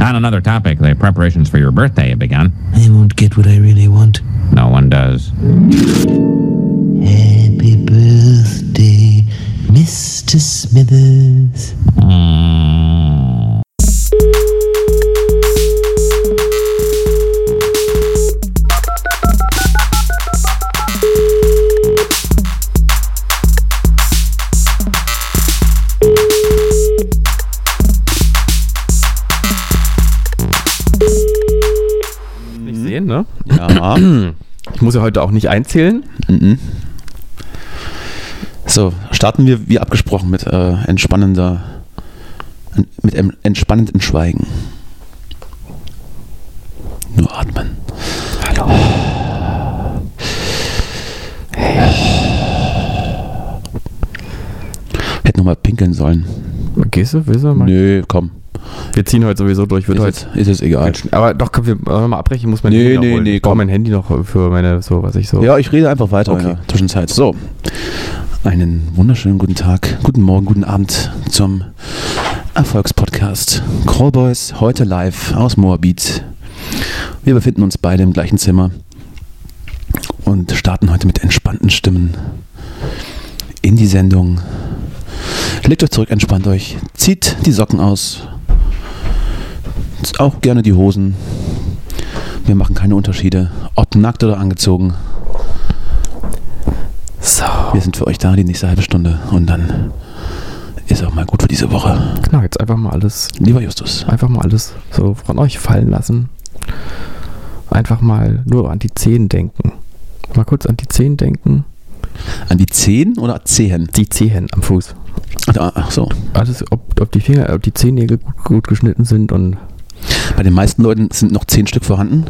On another topic, the preparations for your birthday have begun. I won't get what I really want. No one does. Happy birthday, Mr. Smithers. Mm. Nicht sehen, ne? Ja. Ich muss ja heute auch nicht einzählen. Mhm. So, starten wir wie abgesprochen mit äh, entspannender, en- mit em- entspannendem Schweigen. Nur atmen. Hallo. Hätte nochmal pinkeln sollen. Gehst du, willst du mal? Nö, komm. Wir ziehen heute sowieso durch, wird Ist heute. es, ist es egal. Aber doch, können wir äh, mal abbrechen, ich muss mein Nee, Handy nee, abholen. nee, Ich brauche komm. mein Handy noch für meine, so, was ich so. Ja, ich rede einfach weiter. Okay. Okay. Ja, Zwischenzeit. So. Einen wunderschönen guten Tag, guten Morgen, guten Abend zum Erfolgspodcast. Callboys heute live aus Moabit. Wir befinden uns beide im gleichen Zimmer und starten heute mit entspannten Stimmen in die Sendung. Legt euch zurück, entspannt euch, zieht die Socken aus, auch gerne die Hosen. Wir machen keine Unterschiede, ob nackt oder angezogen. So, Wir sind für euch da die nächste halbe Stunde und dann ist auch mal gut für diese Woche. genau, jetzt einfach mal alles, Lieber Justus, einfach mal alles so von euch fallen lassen. Einfach mal nur an die Zehen denken. Mal kurz an die Zehen denken. an die Zehen oder Zehen? Die Zehen am Fuß. Ah, Ach so. Alles, ob, ob die Finger, ob die Zehennägel gut, gut geschnitten sind und. Bei den meisten Leuten sind noch zehn Stück vorhanden.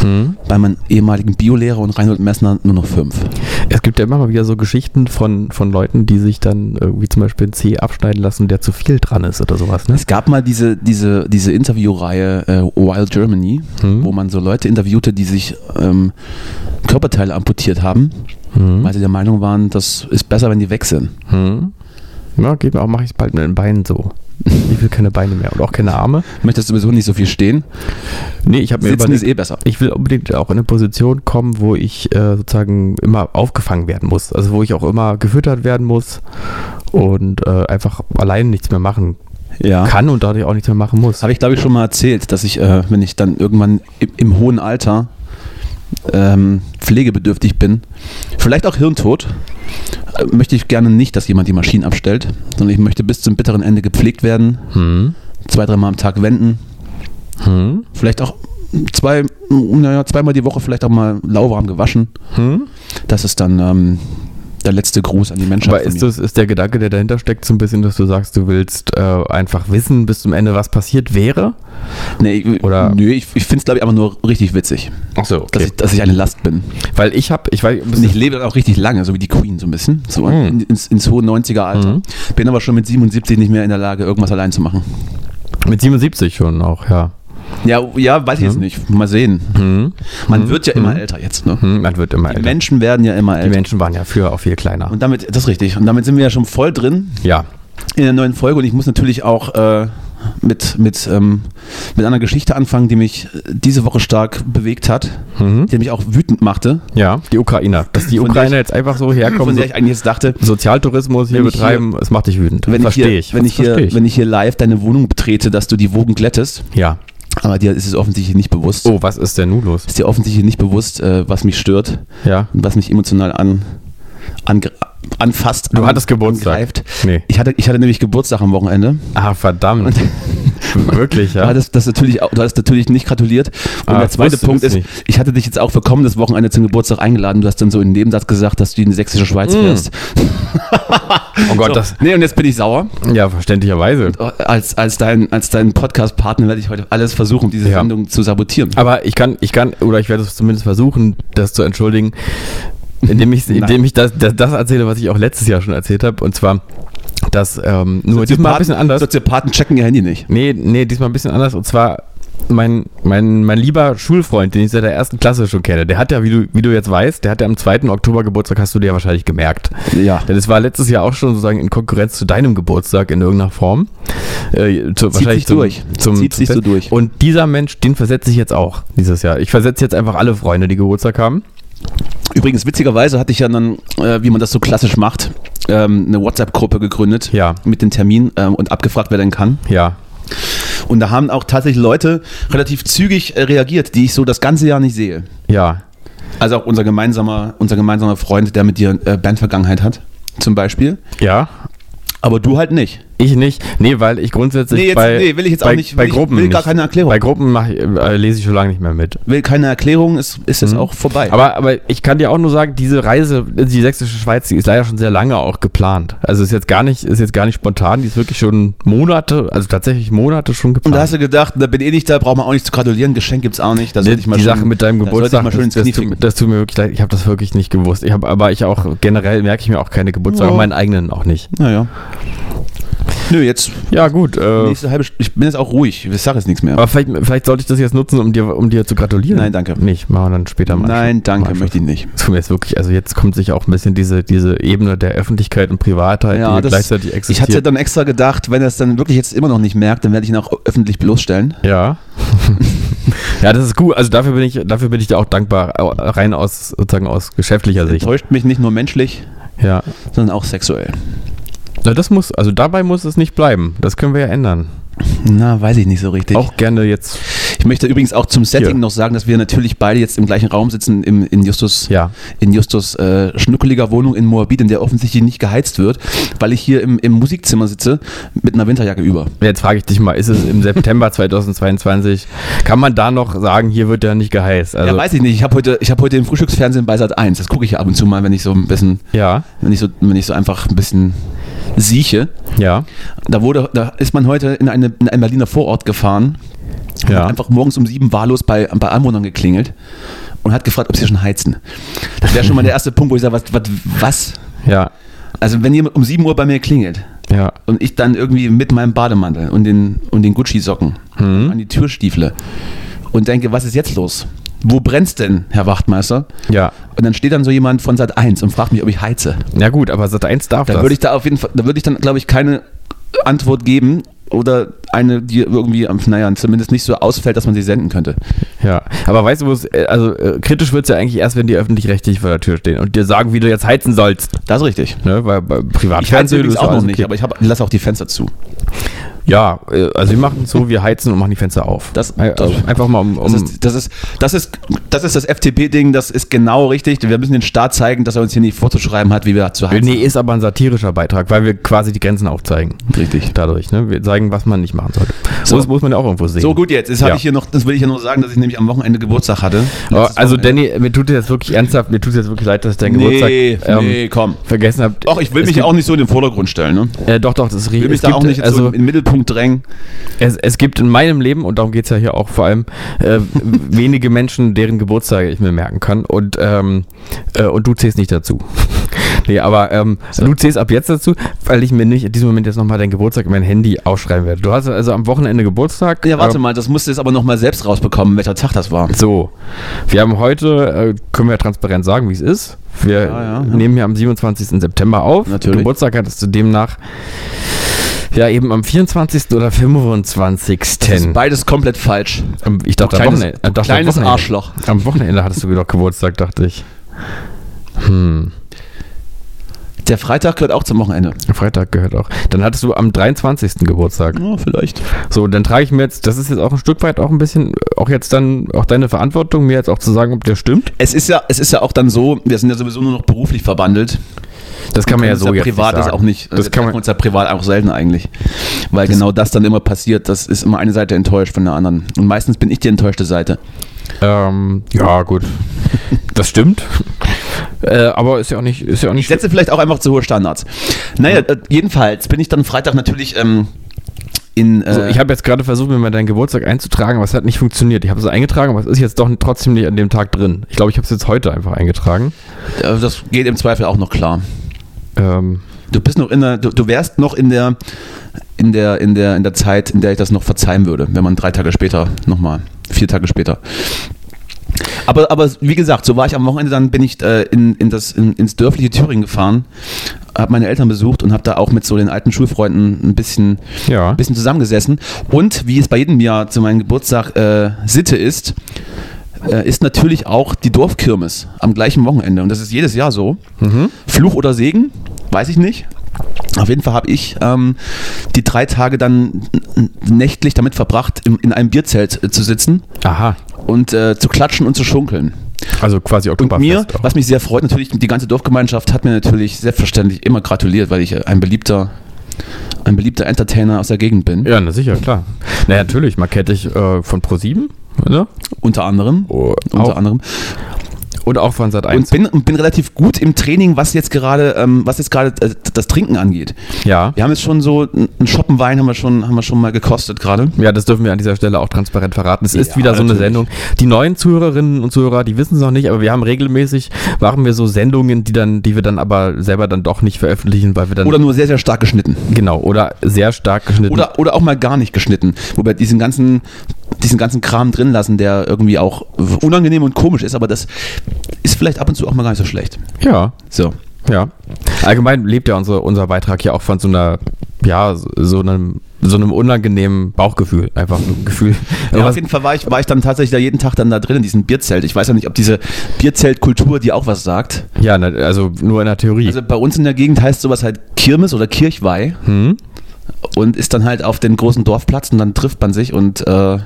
Hm? Bei meinem ehemaligen Biolehrer und Reinhold Messner nur noch fünf. Es gibt ja immer mal wieder so Geschichten von, von Leuten, die sich dann irgendwie zum Beispiel einen Zeh abschneiden lassen, der zu viel dran ist oder sowas. Ne? Es gab mal diese, diese, diese Interviewreihe äh, Wild Germany, Hm? wo man so Leute interviewte, die sich ähm, Körperteile amputiert haben, Hm? weil sie der Meinung waren, das ist besser, wenn die weg sind. Hm? Ja, geht mir auch, mache ich es bald mit den Beinen so. Ich will keine Beine mehr und auch keine Arme. Möchtest du sowieso nicht so viel stehen? Nee, ich habe mir Sitzen ist überlegt, eh besser. ich will unbedingt auch in eine Position kommen, wo ich äh, sozusagen immer aufgefangen werden muss. Also wo ich auch immer gefüttert werden muss und äh, einfach allein nichts mehr machen Ja. kann und dadurch auch nichts mehr machen muss. Habe ich, glaube ich, schon mal erzählt, dass ich, äh, wenn ich dann irgendwann im, im hohen Alter ähm, pflegebedürftig bin, vielleicht auch hirntot, äh, möchte ich gerne nicht, dass jemand die Maschinen abstellt, sondern ich möchte bis zum bitteren Ende gepflegt werden, Hm? zwei, dreimal am Tag wenden, Hm? vielleicht auch zwei, naja, zweimal die Woche vielleicht auch mal lauwarm gewaschen. Hm? Das ist dann ähm, der letzte Gruß an die Menschheit. Aber von ist, mir. das, ist der Gedanke, der dahinter steckt, so ein bisschen, dass du sagst, du willst äh, einfach wissen bis zum Ende, was passiert wäre? nee, ich, oder- nö, ich, ich finde es, glaube ich, einfach nur richtig witzig, Ach so, dass, ich, dass ich eine Last bin. Weil ich habe, ich weiß, Und ich lebe dann auch richtig lange, so wie die Queen so ein bisschen. So Mhm. in- ins, ins hohe 90er-Alter. Mhm. Bin aber schon mit 77 nicht mehr in der Lage, irgendwas allein zu machen. mit 77 schon auch, ja. Ja, oh, ja weiß ich Mhm. jetzt nicht. Mal sehen. Hm? Man wird ja immer älter jetzt. Ne? Hm, man wird immer Die älter. Menschen werden ja immer Die älter. Menschen waren ja früher auch viel kleiner. Und damit, das ist richtig. Und damit sind wir ja schon voll drin ja. in der neuen Folge. Und ich muss natürlich auch äh, mit, mit, ähm, mit einer Geschichte anfangen, die mich äh, diese Woche stark bewegt hat, Mhm. die mich auch wütend machte. Ja, die Ukrainer. Dass die Von der Ukrainer jetzt einfach so herkommen, Von so der ich eigentlich jetzt dachte, Sozialtourismus hier Wenn ich betreiben, es macht dich wütend. wenn ich, Verstehe hier, ich. Wenn, ich hier, Verstehe ich. wenn ich hier live deine Wohnung betrete, dass du die Wogen glättest. ja. Aber dir ist es offensichtlich nicht bewusst. Oh, was ist denn nun los? Ist dir offensichtlich nicht bewusst, äh, was mich stört Ja. und was mich emotional an, angre- anfasst. Du an- hattest Geburtstag. angreift. Nee. Ich hatte, ich hatte nämlich Geburtstag am Wochenende. Ah, verdammt. Wirklich, Du, ja. hattest das natürlich, auch- du hattest natürlich nicht gratuliert. Und Ah, der zweite wusste Punkt das ist, ich hatte dich jetzt auch für kommendes Wochenende zum Geburtstag eingeladen. Du hast dann so in den Nebensatz gesagt, dass du in die sächsische Schweiz fährst. Oh Gott, So. Mm. das. Nee, und jetzt bin ich sauer. Ja, verständlicherweise. Als, als dein, als dein Podcast-Partner werde ich heute alles versuchen, um diese Ja. Sendung zu sabotieren. Aber ich kann, ich kann, oder ich werde es zumindest versuchen, das zu entschuldigen, indem ich, indem ich das, das, das erzähle, was ich auch letztes Jahr schon erzählt habe. Und zwar, dass ähm, nur diesmal ein bisschen anders. Soziopaten checken ihr Handy nicht. Nee, nee, diesmal ein bisschen anders. Und zwar mein, mein, mein lieber Schulfreund, den ich seit der ersten Klasse schon kenne, der hat ja, wie du, wie du jetzt weißt, der hat ja am 2. Oktober Geburtstag, hast du dir ja wahrscheinlich gemerkt. Ja. Denn es war letztes Jahr auch schon sozusagen in Konkurrenz zu deinem Geburtstag in irgendeiner Form. Äh, zu, Zieht sich zum- durch. Zum, Zieht zum sich so Fest. durch. Und dieser Mensch, den versetze ich jetzt auch dieses Jahr. Ich versetze jetzt einfach alle Freunde, die Geburtstag haben. Übrigens, witzigerweise hatte ich ja dann, äh, wie man das so klassisch macht, ähm, eine WhatsApp-Gruppe gegründet Ja. mit dem Termin ähm, und abgefragt, wer denn kann. Ja. Und da haben auch tatsächlich Leute relativ zügig äh, reagiert, die ich so das ganze Jahr nicht sehe. Ja. Also auch unser gemeinsamer, unser gemeinsamer Freund, der mit dir äh, Bandvergangenheit hat, zum Beispiel. Ja. Aber du halt nicht. Ich nicht. Nee, weil ich grundsätzlich. Nee, jetzt- bei, nee, will ich jetzt auch bei, nicht- Bei will ich- Gruppen. will gar nicht. keine Erklärung. Bei Gruppen mach ich, äh, lese ich schon lange nicht mehr mit. Will keine Erklärung, ist, ist jetzt auch vorbei. Mhm. Aber, aber ich kann dir auch nur sagen, diese Reise in die sächsische Schweiz, die ist leider schon sehr lange auch geplant. Also ist jetzt gar nicht, ist jetzt gar nicht spontan, die ist wirklich schon Monate, also tatsächlich Monate schon und geplant. da hast du gedacht, da bin ich nicht da, braucht man auch nicht zu gratulieren, Geschenk gibt's auch nicht. Das die sollte Also ich mal Ne, die schön- Sache mit deinem das Geburtstag, Sollte ich mal schön ins das, Knie das, ficken. tut, das tut mir wirklich leid, ich habe das wirklich nicht gewusst. Ich habe, aber ich auch generell merke ich mir auch keine Geburtstage, Ja. meinen eigenen auch nicht. Naja. Nö, jetzt Ja gut, äh, nächste halbe St- Ich bin jetzt auch ruhig. Ich sage jetzt nichts mehr. aber vielleicht, vielleicht sollte ich das jetzt nutzen, um dir, um dir zu gratulieren. Nein, danke. Nicht, machen wir dann später mal. Nein, danke, möchte ich nicht. Tut mir jetzt wirklich, also jetzt kommt sich auch ein bisschen diese, diese Ebene der Öffentlichkeit und Privatheit, die gleichzeitig existiert. ich hatte dann extra gedacht, wenn er es dann wirklich jetzt immer noch nicht merkt, dann werde ich ihn auch öffentlich bloßstellen. Ja. ja, das ist gut. Also dafür bin ich, dafür bin ich dir auch dankbar, au- rein aus sozusagen aus geschäftlicher Sicht. Enttäuscht mich nicht nur menschlich, Ja. sondern auch sexuell. Na, das muss, also dabei muss es nicht bleiben. Das können wir ja ändern. Na, weiß ich nicht so richtig. Auch gerne jetzt. ich möchte übrigens auch zum Setting Hier. noch sagen, dass wir natürlich beide jetzt im gleichen Raum sitzen, im, in Justus, Ja. in Justus äh, schnuckeliger Wohnung in Moabit, in der offensichtlich nicht geheizt wird, weil ich hier im, im Musikzimmer sitze mit einer Winterjacke über. Jetzt frage ich dich mal, ist es im September 2022, kann man da noch sagen, hier wird ja nicht geheißt? Also, ja, weiß ich nicht. Ich habe heute, ich hab heute im Frühstücksfernsehen bei Sat 1. Das gucke ich ja ab und zu mal, wenn ich so ein bisschen, ja, wenn ich so, wenn ich so einfach ein bisschen sieche. ja, Da wurde, da ist man heute in, eine, in einen Berliner Vorort gefahren, ja. hat einfach morgens um sieben wahllos bei, bei Anwohnern geklingelt und hat gefragt, ob sie schon heizen. Das wäre schon mal der erste Punkt, wo ich sage, was, was, was? ja, Also wenn jemand um sieben Uhr bei mir klingelt ja. und ich dann irgendwie mit meinem Bademantel und den, und den Gucci-Socken an die Tür stiefle und denke, was ist jetzt los? Wo brennt's denn, Herr Wachtmeister? Ja, Und dann steht dann so jemand von Sat 1 und fragt mich, ob ich heize. ja gut, aber Sat 1 darf Da das. würde ich da auf jeden Fall, da würde ich dann, glaube ich, keine Antwort geben oder eine, die irgendwie, am- naja, zumindest nicht so ausfällt, dass man sie senden könnte. Ja, aber weißt du, wo es, äh, also äh, kritisch wird es ja eigentlich erst, wenn die öffentlich-rechtlich vor der Tür stehen und dir sagen, wie du jetzt heizen sollst. Das ist richtig. Ne? Weil bei Ich heize Privatfernsehen übrigens ist auch noch alles nicht, okay. aber ich hab- lasse auch die Fenster zu. Ja, äh, also wir machen es so, wir heizen und machen die Fenster auf. Das- Ei- das- äh, einfach mal um, um Das ist das, ist, das, ist, das, ist das FTP-Ding, das ist genau richtig. Wir müssen den Staat zeigen, dass er uns hier nicht vorzuschreiben hat, wie wir zu heizen. Nee, ist aber ein satirischer Beitrag, weil wir quasi die Grenzen aufzeigen. Richtig. Dadurch, ne? Wir zeigen, was man nicht machen sollte. So. So muss, muss man ja auch irgendwo sehen. So gut jetzt, das, hab Ja. ich hier noch, das will ich ja nur sagen, dass ich nämlich am Wochenende Geburtstag hatte. Aber, Letztes also Wochenende. Danny, mir tut jetzt wirklich ernsthaft, mir tut jetzt wirklich leid, dass ich deinen Nee, Geburtstag ähm, nee, komm. vergessen habe. Doch, ich will mich auch nicht so in den Vordergrund stellen. Ne? Äh, doch, doch, das ist richtig. will mich Es da gibt, auch nicht jetzt so also, in den Mittelpunkt drängen. Es, es gibt in meinem Leben, und darum geht es ja hier auch vor allem, äh, wenige Menschen, deren Geburtstage ich mir merken kann. Und, ähm, äh, und du zählst nicht dazu. nee, aber ähm, du zählst ab jetzt dazu, weil ich mir nicht in diesem Moment jetzt nochmal deinen Geburtstag in mein Handy ausschreiben werde. Du hast also am Wochenende Geburtstag. Ähm, Ja, warte mal, das musst du jetzt aber nochmal selbst rausbekommen, welcher Tag das war. So, wir haben heute, äh, können wir transparent sagen, wie es ist. Wir Ja, ja, ja. nehmen hier am 27. September auf. Natürlich. Geburtstag hattest du demnach ja eben am 24. oder 25. Das ist beides komplett falsch. Ähm, Ich dachte, Du am kleines- Wochenende- du äh, dachte am kleines Wochenende- Arschloch. Am Wochenende hattest du doch Geburtstag, dachte ich. Hm, Der Freitag gehört auch zum Wochenende. Freitag gehört auch. Dann hattest du am 23. Geburtstag. Ja, vielleicht. So, dann trage ich mir jetzt, das ist jetzt auch ein Stück weit auch ein bisschen, äh, auch jetzt dann, auch deine Verantwortung, mir jetzt auch zu sagen, ob der stimmt. Es ist ja, es ist ja auch dann so, wir sind ja sowieso nur noch beruflich verbandelt. Das kann man ja uns so jetzt privat nicht das sagen. auch Das nicht. wir kann treffen man, uns ja privat auch selten eigentlich, weil genau das dann immer passiert. Das ist immer eine Seite enttäuscht von der anderen und meistens bin ich die enttäuschte Seite. ähm, ja, gut. Das stimmt. äh, aber ist ja auch nicht, ist ja auch nicht Ich setze vielleicht auch einfach zu hohe Standards. Naja, äh, jedenfalls bin ich dann Freitag natürlich ähm, in. Äh, So, Also, ich habe jetzt gerade versucht, mir mal deinen Geburtstag einzutragen, aber es hat nicht funktioniert. Ich habe es eingetragen, aber es ist jetzt doch trotzdem nicht an dem Tag drin. Ich glaube, ich habe es jetzt heute einfach eingetragen. äh, das geht im Zweifel auch noch klar. Ähm, Du bist noch in der, du, du wärst noch in der, in der, in der, in der Zeit, in der ich das noch verzeihen würde, wenn man drei Tage später nochmal, vier Tage später. Aber, aber wie gesagt, so war ich am Wochenende, dann bin ich äh, in, in das, in, ins dörfliche Thüringen gefahren, habe meine Eltern besucht und habe da auch mit so den alten Schulfreunden ein bisschen, Ja. ein bisschen zusammengesessen. Und wie es bei jedem Jahr zu meinem Geburtstag äh, Sitte ist, äh, ist natürlich auch die Dorfkirmes am gleichen Wochenende. Und das ist jedes Jahr so. Fluch oder Segen, weiß ich nicht. Auf jeden Fall habe ich ähm, die drei Tage dann n- n- nächtlich damit verbracht, im, in einem Bierzelt äh, zu sitzen Aha. und äh, zu klatschen und zu schunkeln. Also quasi Und Oktoberfest. mir, auch. was mich sehr freut, natürlich, die ganze Dorfgemeinschaft hat mir natürlich selbstverständlich immer gratuliert, weil ich äh, ein beliebter, ein beliebter Entertainer aus der Gegend bin. Ja, na sicher, klar. Na ja, natürlich, man kennt dich äh, von Pro7, ne? Unter anderem. Oh, Unter auch, anderem. und auch von Sat 1. Und bin, und bin relativ gut im Training, was jetzt gerade, ähm, was jetzt gerade äh, das Trinken angeht. ja. Wir haben jetzt schon so einen Schoppen Wein haben wir schon, haben wir schon mal gekostet gerade. Ja, das dürfen wir an dieser Stelle auch transparent verraten. Es ist Ja, wieder so eine natürlich. Sendung. Die neuen Zuhörerinnen und Zuhörer, die wissen es noch nicht, aber wir haben regelmäßig, machen wir so Sendungen, die dann, die wir dann aber selber dann doch nicht veröffentlichen, weil wir dann Oder nur sehr, sehr stark geschnitten. genau oder sehr stark geschnitten. Oder, oder auch mal gar nicht geschnitten. Wobei diesen ganzen, diesen ganzen Kram drin lassen, der irgendwie auch unangenehm und komisch ist, aber das ist vielleicht ab und zu auch mal gar nicht so schlecht. ja, So. ja. Allgemein lebt ja unsere, unser Beitrag ja auch von so einer, ja, so- so einem, so einem unangenehmen Bauchgefühl, einfach so ein Gefühl. Ja, auf Was- jeden Fall war ich, war ich dann tatsächlich da jeden Tag dann da drin in diesem Bierzelt. Ich weiß ja nicht, ob diese Bierzeltkultur dir auch was sagt. ja na, also nur in der Theorie. Also bei uns in der Gegend heißt sowas halt Kirmes oder Kirchweih hm? und ist dann halt auf den großen Dorfplatz und dann trifft man sich und äh,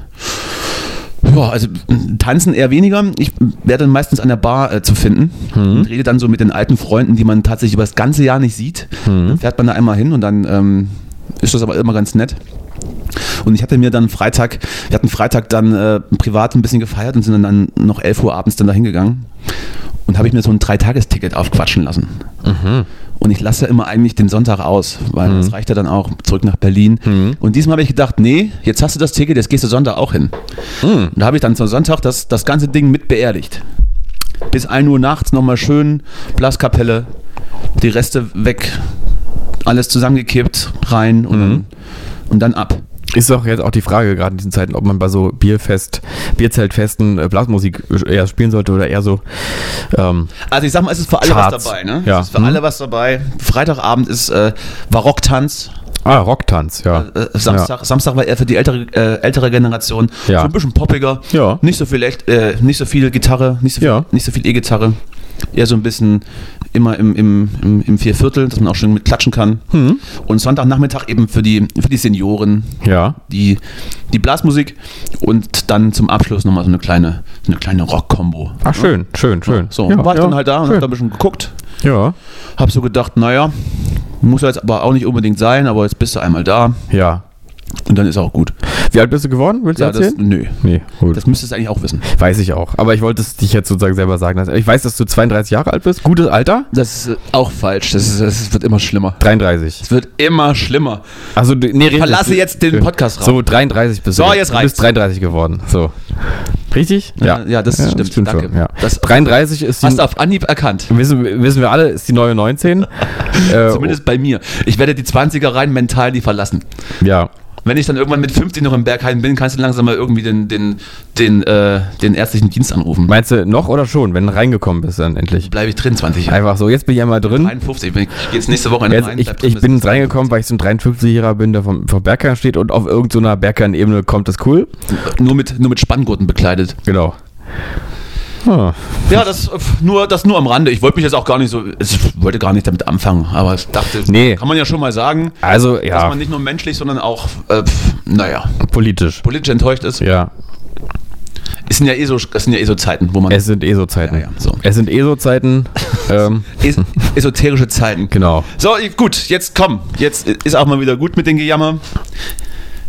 ja, also m, tanzen eher weniger. Ich werde dann meistens an der Bar äh, zu finden und rede dann so mit den alten Freunden, die man tatsächlich über das ganze Jahr nicht sieht. Dann fährt man da einmal hin und dann ähm, ist das aber immer ganz nett. Und ich hatte mir dann Freitag, wir hatten Freitag dann äh, privat ein bisschen gefeiert und sind dann, dann noch 11 Uhr abends dann da hingegangen und habe ich mir so ein Dreitagesticket aufquatschen lassen. Und ich lasse immer eigentlich den Sonntag aus, weil Mhm. das reicht ja dann auch zurück nach Berlin. Und diesmal habe ich gedacht, nee, jetzt hast du das Ticket, jetzt gehst du Sonntag auch hin. Mhm. Und da habe ich dann zum Sonntag das, das ganze Ding mit beerdigt. Bis 1 Uhr nachts nochmal schön, Blaskapelle, die Reste weg, alles zusammengekippt, rein und, Mhm. dann, und dann ab. Ist doch jetzt auch die Frage, gerade in diesen Zeiten, ob man bei so Bierfest, Bierzeltfesten äh, Blasmusik eher spielen sollte oder eher so. Ähm, Also ich sag mal, es ist für alle Charts. was dabei, ne? Ja. Mhm. Es ist für alle was dabei. Freitagabend ist äh, war Rocktanz, ah, Rocktanz, ja. äh, Samstag, Samstag war eher für die ältere, äh, ältere Generation. Ja. So ein bisschen poppiger. Ja. Nicht so viel echt, äh, nicht so viel Gitarre, nicht so viel, Ja. nicht so viel E-Gitarre. Eher so ein bisschen immer im, im, im, im Vierviertel, dass man auch schön mit klatschen kann. Mhm. Und Sonntagnachmittag eben für die, für die Senioren, Ja. ja. die, die Blasmusik und dann zum Abschluss nochmal so eine kleine, so eine kleine Rock-Kombo. Ach, Ah, schön, schön, schön. So, ja, war ich ja, dann halt da und hab schön. da ein bisschen geguckt. Ja, Hab so gedacht, naja, muss ja jetzt aber auch nicht unbedingt sein, aber jetzt bist du einmal da ja. und dann ist auch gut. Wie alt bist du geworden? Willst du Ja, das, erzählen? nö. nee, gut. Das müsstest du eigentlich auch wissen. weiß ich auch. Aber ich wollte es dich jetzt sozusagen selber sagen. lassen. Ich weiß, dass du 32 Jahre alt bist. Gutes Alter? Das ist äh, auch falsch. Das, ist, das wird immer schlimmer. 33. Es wird immer schlimmer. Also, du- nee, Verlasse du- jetzt den du- Podcastraum. So, 33 bist du. So, jetzt Du bist reicht's. 33 geworden. So. Richtig? Ja, ja, das stimmt. Danke. Schon, ja. Das- 33 ist die Hast du auf Anhieb erkannt. Wissen, wissen wir alle, ist die neue 19. äh, Zumindest bei mir. Ich werde die 20er rein mental nie verlassen. oh, Ja. Wenn ich dann irgendwann mit 50 noch im Bergheim bin, kannst du langsam mal irgendwie den, den, den, äh, den ärztlichen Dienst anrufen. Meinst du noch oder schon, wenn du reingekommen bist dann endlich? Bleibe ich drin, 20 Jahre. Einfach so, jetzt bin ich einmal drin. 51. Ich bin- ich gehe jetzt nächste Woche in Jetzt, ich, ich bin jetzt reingekommen, weil ich so ein 53-Jähriger bin, der vom, vom Bergkern steht und auf irgendeiner so Bergkern-Ebene kommt das cool. nur mit, nur mit Spanngurten bekleidet. Genau. Ah, Ja, das äh, nur, das nur am Rande. Ich wollte mich jetzt auch gar nicht so, ich wollte gar nicht damit anfangen, aber ich dachte, Nee. kann man ja schon mal sagen, Also, dass ja, man nicht nur menschlich, sondern auch, äh, pf, naja, politisch. politisch enttäuscht ist. Ja, Es sind ja eh so, es sind ja eh so Zeiten, wo man es sind eh so Zeiten. Ja, ja, so. Es sind eh so Zeiten. ähm, es, esoterische Zeiten. genau. So, ich- gut, jetzt komm, jetzt ist auch mal wieder gut mit den Gejammer.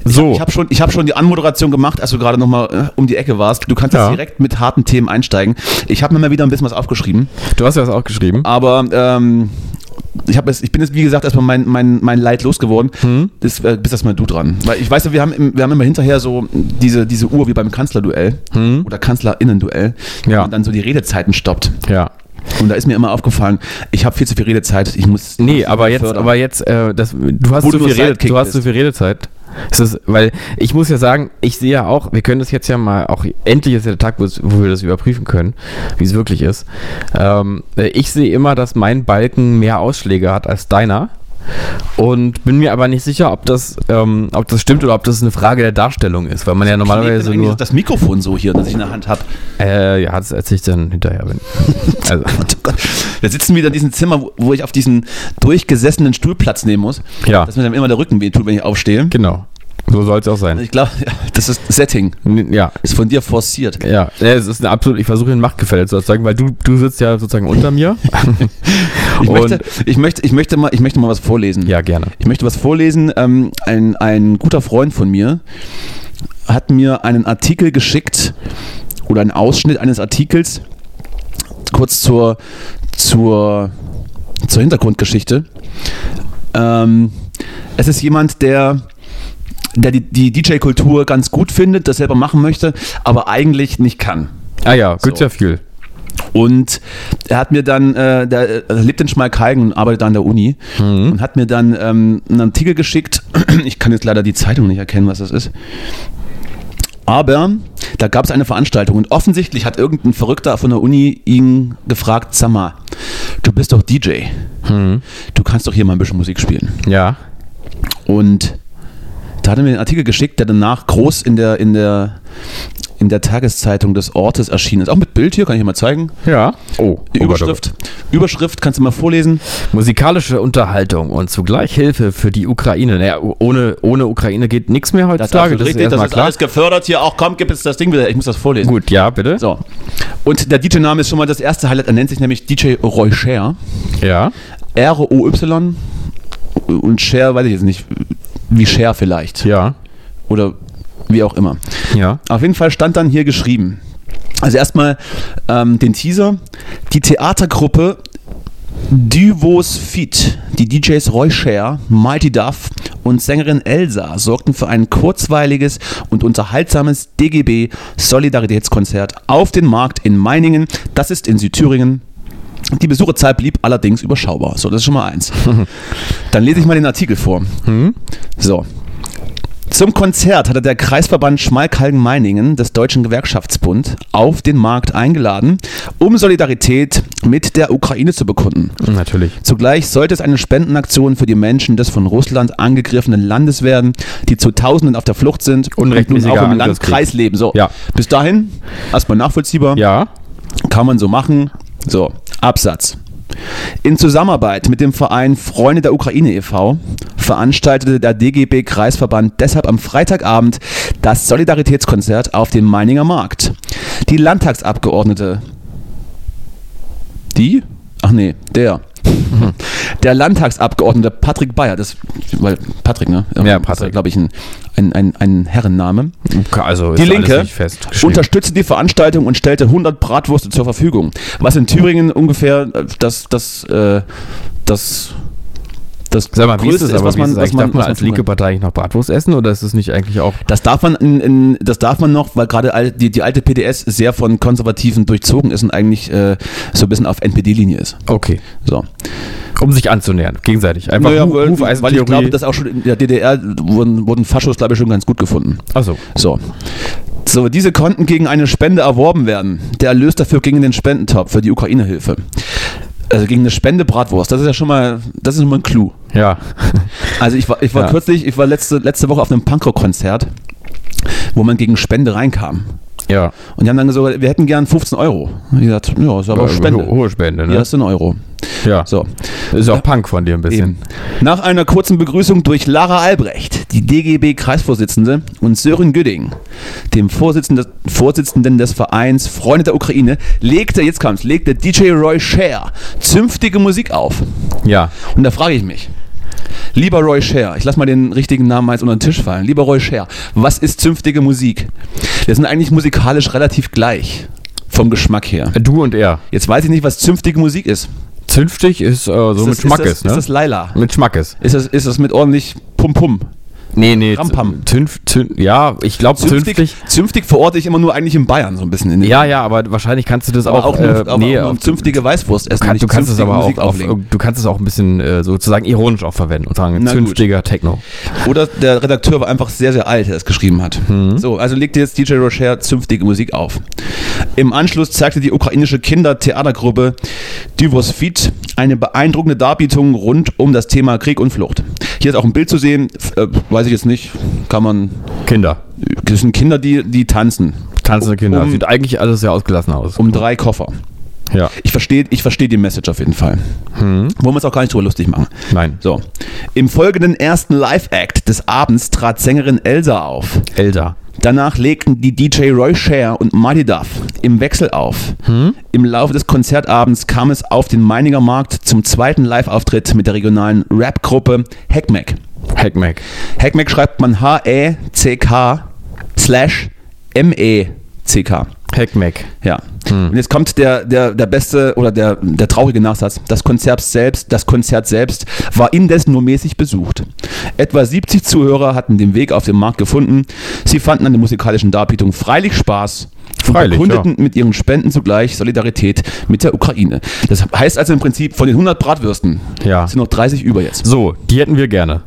So, Ich habe schon, ich hab schon die Anmoderation gemacht, als du gerade nochmal äh, um die Ecke warst. Du kannst Ja. jetzt direkt mit harten Themen einsteigen. Ich habe mir mal wieder ein bisschen was aufgeschrieben. du hast ja was auch geschrieben. Aber ähm, ich, hab jetzt, ich bin jetzt, wie gesagt, erstmal mein, mein, mein Leid losgeworden. Hm? Das, äh, bist erstmal du dran. Weil ich weiß ja, wir haben, im, wir haben immer hinterher so diese, diese Uhr wie beim Kanzlerduell oder KanzlerInnen-Duell, Hm? Ja. wo man dann so die Redezeiten stoppt. Ja. Und da ist mir immer aufgefallen, ich habe viel zu viel Redezeit. Ich muss. Nee, aber jetzt, fördern. aber jetzt, äh, das, du hast Wo zu du viel, nur Rede, Sidekick du hast bist. zu viel Redezeit. Es ist, weil ich muss ja sagen, ich sehe ja auch, wir können das jetzt ja mal auch, endlich ist ja der Tag, wo es- wo wir das überprüfen können, wie es wirklich ist. Ähm, äh, ich sehe immer, dass mein Balken mehr Ausschläge hat als deiner. Und bin mir aber nicht sicher, ob das, ähm, ob das stimmt oder ob das eine Frage der Darstellung ist, weil man ja Klebt normalerweise denn eigentlich nur. das Mikrofon so hier, das ich in der Hand habe. Äh, ja, das erzähle ich dann hinterher. Wenn, also, Da sitzen wir dann in diesem Zimmer, wo- wo ich auf diesen durchgesessenen Stuhl Platz nehmen muss, ja, dass mir dann immer der Rücken weh tut, wenn ich aufstehe. genau. So soll es auch sein. Ich glaube, das ist Setting. N- Ja, Ist von dir forciert. Ja, ja, es ist eine absolute, ich versuche ein Machtgefälle zu erzeugen, weil du, du sitzt ja sozusagen unter mir. Ich, Und- möchte, ich, möchte, ich, möchte, mal, ich möchte mal was vorlesen. ja, gerne. Ich möchte was vorlesen. Ähm, ein, ein guter Freund von mir hat mir einen Artikel geschickt oder einen Ausschnitt eines Artikels kurz zur, zur, zur Hintergrundgeschichte. Ähm, es ist jemand, der, der die, die DJ-Kultur ganz gut findet, das selber machen möchte, aber eigentlich nicht kann. Ah ja, gut, So. ja viel. Und er hat mir dann, äh, der äh, lebt in Schmalkalden und arbeitet da an der Uni und hat mir dann ähm, einen Artikel geschickt. Ich kann jetzt leider die Zeitung nicht erkennen, was das ist. Aber da gab es eine Veranstaltung und offensichtlich hat irgendein Verrückter von der Uni ihn gefragt, sag mal, du bist doch DJ. Du kannst doch hier mal ein bisschen Musik spielen. Ja. Und da hat er mir einen Artikel geschickt, der danach groß in der, in der, in der Tageszeitung des Ortes erschienen ist. Auch mit Bild hier, kann ich hier mal zeigen. Ja. Oh, Die Überschrift. Überschrift kannst du mal vorlesen. Musikalische Unterhaltung und zugleich Hilfe für die Ukraine. Naja, ohne, ohne Ukraine geht nichts mehr heutzutage. absolut richtig, erstmal das ist alles gefördert hier. Auch komm, gib jetzt das Ding wieder. Ich muss das vorlesen. Gut, ja, bitte. So. Und der DJ-Name ist schon mal das erste Highlight. Er nennt sich nämlich DJ Roy Scher. Ja. R-O-Y. Und Scher weiß ich jetzt nicht. Wie Scher vielleicht. Ja. Oder wie auch immer. Ja. Auf jeden Fall stand dann hier geschrieben. Also erstmal ähm, den Teaser. Die Theatergruppe Duos Feet, die DJs Roy Scher, Mighty Duff und Sängerin Elsa sorgten für ein kurzweiliges und unterhaltsames DGB Solidaritätskonzert auf den Markt in Meiningen. Das ist in Südthüringen. Die Besucherzahl blieb allerdings überschaubar. So, das ist schon mal eins. Dann lese ich mal den Artikel vor. So. Zum Konzert hatte der Kreisverband Schmalkalden-Meiningen des Deutschen Gewerkschaftsbund auf den Markt eingeladen, um Solidarität mit der Ukraine zu bekunden. Natürlich. Zugleich sollte es eine Spendenaktion für die Menschen des von Russland angegriffenen Landes werden, die zu Tausenden auf der Flucht sind Unrechtmäßiger und nun auch im Angriffskrieg. Landkreis leben. So, Ja. bis dahin erstmal nachvollziehbar Ja. kann man so machen. So, Absatz. In Zusammenarbeit mit dem Verein Freunde der Ukraine e.V. veranstaltete der DGB Kreisverband deshalb am Freitagabend das Solidaritätskonzert auf dem Meininger Markt. Die Landtagsabgeordnete die? Ach nee, der. Der Landtagsabgeordnete Patrick Bayer, das weil Patrick, ne? Ja, Das Patrick. ist, glaube ich, ein, ein, ein, ein Herrenname. Okay, Also ist Die alles Linke nicht festgeschrieben. unterstützte die Veranstaltung und stellte 100 Bratwürste zur Verfügung. Was in Thüringen ungefähr äh, das, das, äh, das, das Sag mal, wie ist Größte es aber? was wie ist man, es was eigentlich? man, Darf man was man als tun linke kann. Partei eigentlich noch Bratwurst essen oder ist es nicht eigentlich auch Das darf man, in, in, das darf man noch, weil gerade all, die, die alte PDS sehr von Konservativen durchzogen ist und eigentlich äh, so ein bisschen auf NPD-Linie ist. okay? So. Um sich anzunähern, gegenseitig. Einfach Naja, Hu- weil, weil Hufeisentheorie. ich glaube, dass auch schon in der DDR wurden, wurden Faschos, glaube ich, schon ganz gut gefunden. Ach so. So. So, diese konnten gegen eine Spende erworben werden. Der Erlös dafür ging in den Spendentopf für die Ukraine-Hilfe. Also gegen eine Spende Bratwurst. Das ist ja schon mal, das ist schon mal ein Clou. Ja. Also ich war, ich war Ja. kürzlich, ich war letzte, letzte Woche auf einem Punkrock-Konzert, wo man gegen Spende reinkam. Ja. Und die haben dann gesagt, wir hätten gern 15 Euro. Und ich gesagt, ja, ist aber Äh, Ho- Spende. Hohe Spende, ne? Hier hast du einen Euro. Ja. So. Ist auch Punk von dir ein bisschen. Eben. Nach einer kurzen Begrüßung durch Lara Albrecht, die DGB-Kreisvorsitzende, und Sören Güdding, dem Vorsitzende, Vorsitzenden des Vereins Freunde der Ukraine, legte, jetzt kam's, legte DJ Roy Scher zünftige Musik auf. Ja. Und da frage ich mich, lieber Roy Scher, ich lasse mal den richtigen Namen mal jetzt unter den Tisch fallen, lieber Roy Scher, was ist zünftige Musik? Wir sind eigentlich musikalisch relativ gleich vom Geschmack her. Du und er. Jetzt weiß ich nicht, was zünftige Musik ist. Zünftig ist äh, so mit das, ist, Schmackes, das, ne? ist das Laila? mit Schmackes. Ist das, ist das mit ordentlich Pum-Pum? Nee, nee. Rampam. Zünf, zün, ja, ich glaube Zünftig, zünftig. zünftig verorte ich immer nur eigentlich in Bayern so ein bisschen. In den- Ja, ja, aber wahrscheinlich kannst du das aber auch, auch. nur, äh, aber nee, auch nur auf- zünftige Weißwurst essen. kann, nicht du kannst es zünftige aber auch Musik auf, auflegen. du kannst es auch ein bisschen äh, sozusagen ironisch auch verwenden und sagen Na gut. zünftiger Techno. Oder der Redakteur war einfach sehr, sehr alt, der das geschrieben hat. Mhm. So, also legte jetzt DJ Rocher zünftige Musik auf. Im Anschluss zeigte die ukrainische Kindertheatergruppe Divosfit eine beeindruckende Darbietung rund um das Thema Krieg und Flucht. Hier ist auch ein Bild zu sehen, F- äh, weiß ich jetzt nicht, kann man, Kinder. das sind Kinder, die, die tanzen, Tanzende Kinder. Um- Sieht eigentlich alles sehr ausgelassen aus. um drei Koffer. ja. Ich verstehe ich verstehe die Message auf jeden Fall. Wollen wir uns auch gar nicht drüber lustig machen. Nein. So, im folgenden ersten Live-Act des Abends trat Sängerin Elsa auf. Elsa. Danach legten die DJ Roy Share und Mighty Duff im Wechsel auf. Im Laufe des Konzertabends kam es auf den Meininger Markt zum zweiten Live-Auftritt mit der regionalen Rap-Gruppe Hackmack. Hackmack. Hackmack schreibt man H-E-C-K slash E M-E-C-K. Hackmack. Ja. Hm. Und jetzt kommt der, der, der beste oder der, der traurige Nachsatz. Das Konzert selbst, das Konzert selbst war indes nur mäßig besucht. Etwa 70 Zuhörer hatten den Weg auf den Markt gefunden. Sie fanden an der musikalischen Darbietung freilich Spaß. Freilich, und bekundeten mit ihren Spenden zugleich Solidarität mit der Ukraine. Das heißt also im Prinzip, von den 100 Bratwürsten Ja. sind noch 30 über jetzt. So, die hätten wir gerne.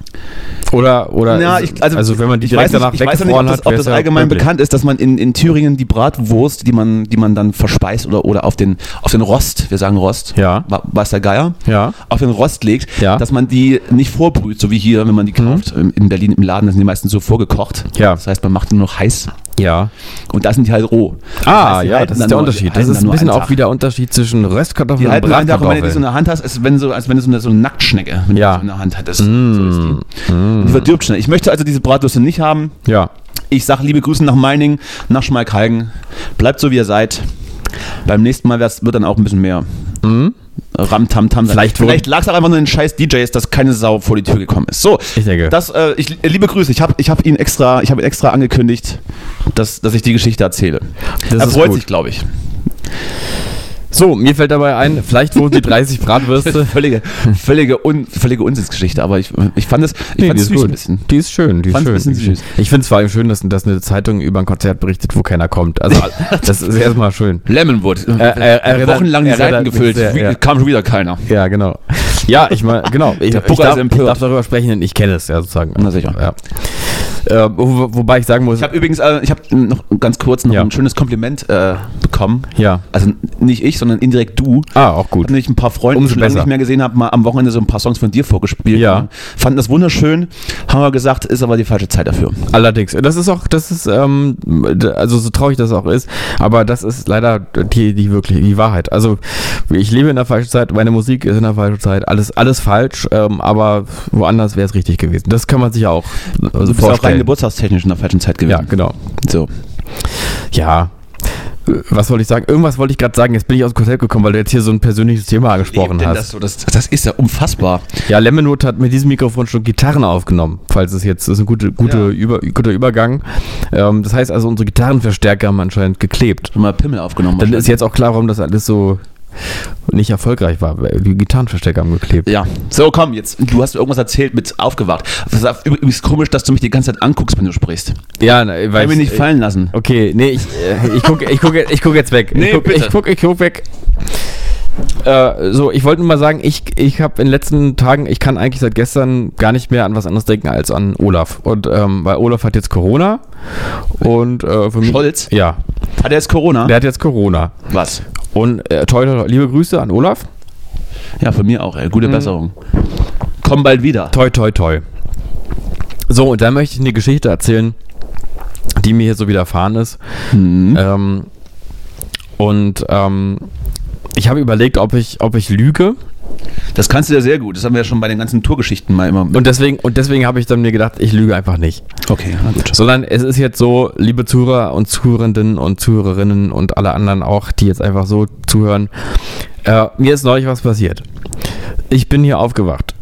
Oder, oder Na, ich- also, wenn man die ich weiß direkt nicht, danach ich weiß ja nicht, ob weggefroren das, hat, ob wär's das ja allgemein möglich. bekannt ist, dass man in, in Thüringen die Bratwurst, die man, die man dann verspeist oder, oder auf, den, auf den Rost, wir sagen Rost, Ja. wa- weiß der Geier, Ja. auf den Rost legt, Ja. Mhm. dass man die nicht vorbrüht, so wie hier, wenn man die kauft. In- In Berlin im Laden, da sind die meisten so vorgekocht. Ja. Das heißt, man macht die nur noch heiß Ja. und da sind die halt roh. Ah, heißt, die ja, halten das dann ist der nur- Unterschied. halten Das ist dann ein nur bisschen einen auch Tag. wieder Unterschied zwischen Röstkartoffeln Die und halten einen Tag, und wenn du die so Bratkartoffeln. in der Hand hast, ist, wenn, so, als wenn du so eine, so eine Nacktschnecke wenn du Ja. Mm. die so in der Hand hattest. So ist die. die verdirbt schnell. Ich möchte also diese Bratwürste nicht haben. ja. Ich sage liebe Grüße nach Meining, nach Schmalkalgen. Bleibt so, wie ihr seid. Beim nächsten Mal wär's, wird dann auch ein bisschen mehr Ram-Tam-Tam sein. Mhm. Vielleicht wurden- Vielleicht lag es auch einfach nur in den scheiß DJs, dass keine Sau vor die Tür gekommen ist. So, Ich denke. Das, äh, ich, liebe Grüße. Ich habe ich hab ihn extra, ich hab ihn extra angekündigt, dass, dass ich die Geschichte erzähle. Das er ist freut gut. sich, glaube ich. So, mir fällt dabei ein, vielleicht wurden die 30 Bratwürste. Völlige, völlige, Un, völlige Unsinnsgeschichte, aber ich, ich fand es ich Nee, die fand's ist süß gut. ein bisschen. Die ist schön, die ist Fand's schön. ein bisschen süß. Ich finde es vor allem schön, dass, dass eine Zeitung über ein Konzert berichtet, wo keiner kommt. Also das ist erstmal schön. Lemonwood. er- er- Wochenlang die er- er- Seiten gefüllt. sehr, Wie- ja. Kam schon wieder keiner. Ja, genau. Ja, ich meine, genau. Ich, ich, Pucker ist darf, ich empört. darf darüber sprechen, denn ich kenne es ja sozusagen. Na sicher. Ja. Äh, wo, wobei ich sagen muss, Ich habe übrigens, äh, ich habe noch ganz kurz noch Ja. ein schönes Kompliment äh, bekommen. ja. Also nicht ich, sondern indirekt du. Ah, auch Ich gut. habe nämlich ein paar Freunde, Umso die ich lange besser. nicht mehr gesehen habe, mal am Wochenende so ein paar Songs von dir vorgespielt. Ja. Fanden das wunderschön, haben aber gesagt, ist aber die falsche Zeit dafür. Allerdings, das ist auch, das ist, ähm, d- also so traurig das auch ist, aber das ist leider die, die wirklich, die Wahrheit. Also ich lebe in der falschen Zeit, meine Musik ist in der falschen Zeit, alles, alles falsch, ähm, aber woanders wäre es richtig gewesen. Das kann man sich ja auch äh, Also, Du bist ja auch rein vorstellen. geburtstagstechnisch in der falschen Zeit ja, gewesen. genau. So. Ja. Äh, Was wollte ich sagen? Irgendwas wollte ich gerade sagen. Jetzt bin ich aus dem Konzept gekommen, weil du jetzt hier so ein persönliches Thema angesprochen Eben, denn hast. das, so, das, das ist ja unfassbar. Ja, Lemonwood hat mit diesem Mikrofon schon Gitarren aufgenommen, falls es jetzt das ist ein gute, gute Ja. Über, guter Übergang. Ähm, das heißt also, unsere Gitarrenverstärker haben anscheinend geklebt. Schon mal Pimmel aufgenommen. Dann ist jetzt auch klar, warum das alles so nicht erfolgreich war. weil Die Gitarrenverstärker haben geklebt. ja, so komm jetzt. Du hast irgendwas erzählt mit aufgewacht. Das ist übrigens komisch, dass du mich die ganze Zeit anguckst, wenn du sprichst. Ja, na, weil Kann mir ich- nicht fallen lassen. Okay, nee, ich, äh, ich gucke ich guck, jetzt- ich guck jetzt weg. Nee, ich gucke bitte. ich guck, ich guck weg. Äh, so, ich wollte nur mal sagen, ich, ich habe in den letzten Tagen, ich kann eigentlich seit gestern gar nicht mehr an was anderes denken als an Olaf. Und ähm, weil Olaf hat jetzt Corona und äh, für mich. Scholz? Ja, Hat er jetzt Corona? der hat jetzt Corona. Was? Und äh, toi, toi, toi, liebe Grüße an Olaf. Ja, von mir auch, ey. Gute Besserung. Komm bald wieder. Toi, toi, toi. So, und dann möchte ich eine Geschichte erzählen, die mir hier so widerfahren ist. Mhm. Äh. Ähm, und ähm, ich habe überlegt, ob ich, ob ich lüge. Das kannst du ja sehr gut. Das haben wir ja schon bei den ganzen Tourgeschichten mal immer. Und deswegen, und deswegen habe ich dann mir gedacht, ich lüge einfach nicht. Okay, na gut. Sondern es ist jetzt so, liebe Zuhörer und Zuhörenden und Zuhörerinnen und alle anderen auch, die jetzt einfach so zuhören. Äh, mir ist neulich was passiert. Ich bin hier aufgewacht.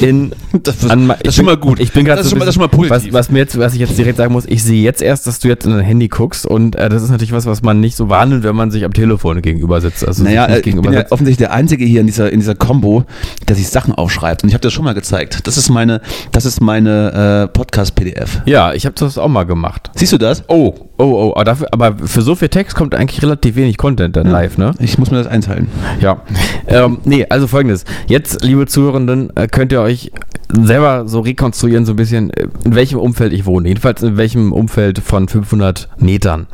in Das ist- me- das ich ist schon bin- mal gut. Ich bin gerade so Das ist schon mal- ein das ist schon mal bisschen- positiv. Was, was mir jetzt, was ich jetzt direkt sagen muss, ich sehe jetzt erst, dass du jetzt in dein Handy guckst und äh, das ist natürlich was, was man nicht so wahrnimmt, wenn man sich am Telefon gegenüber sitzt. Also Naja, sich äh, nicht ich bin ja sitzt. offensichtlich der Einzige hier in dieser, in dieser Combo, der sich Sachen aufschreibt. Und ich habe das schon mal gezeigt. Das ist meine, das ist meine äh, Podcast-PDF. ja, ich habe das auch mal gemacht. Siehst du das? Oh, oh, oh, aber, dafür, aber für so viel Text kommt eigentlich relativ wenig Content Hm. dann live, ne? Ich muss mir das einteilen. Ja. Ähm, nee, also folgendes. Jetzt, liebe Zuhörenden, äh, könnt ihr euch selber so rekonstruieren, so ein bisschen, äh, in welchem Umfeld ich wohne. Jedenfalls in welchem Umfeld von 500 Metern.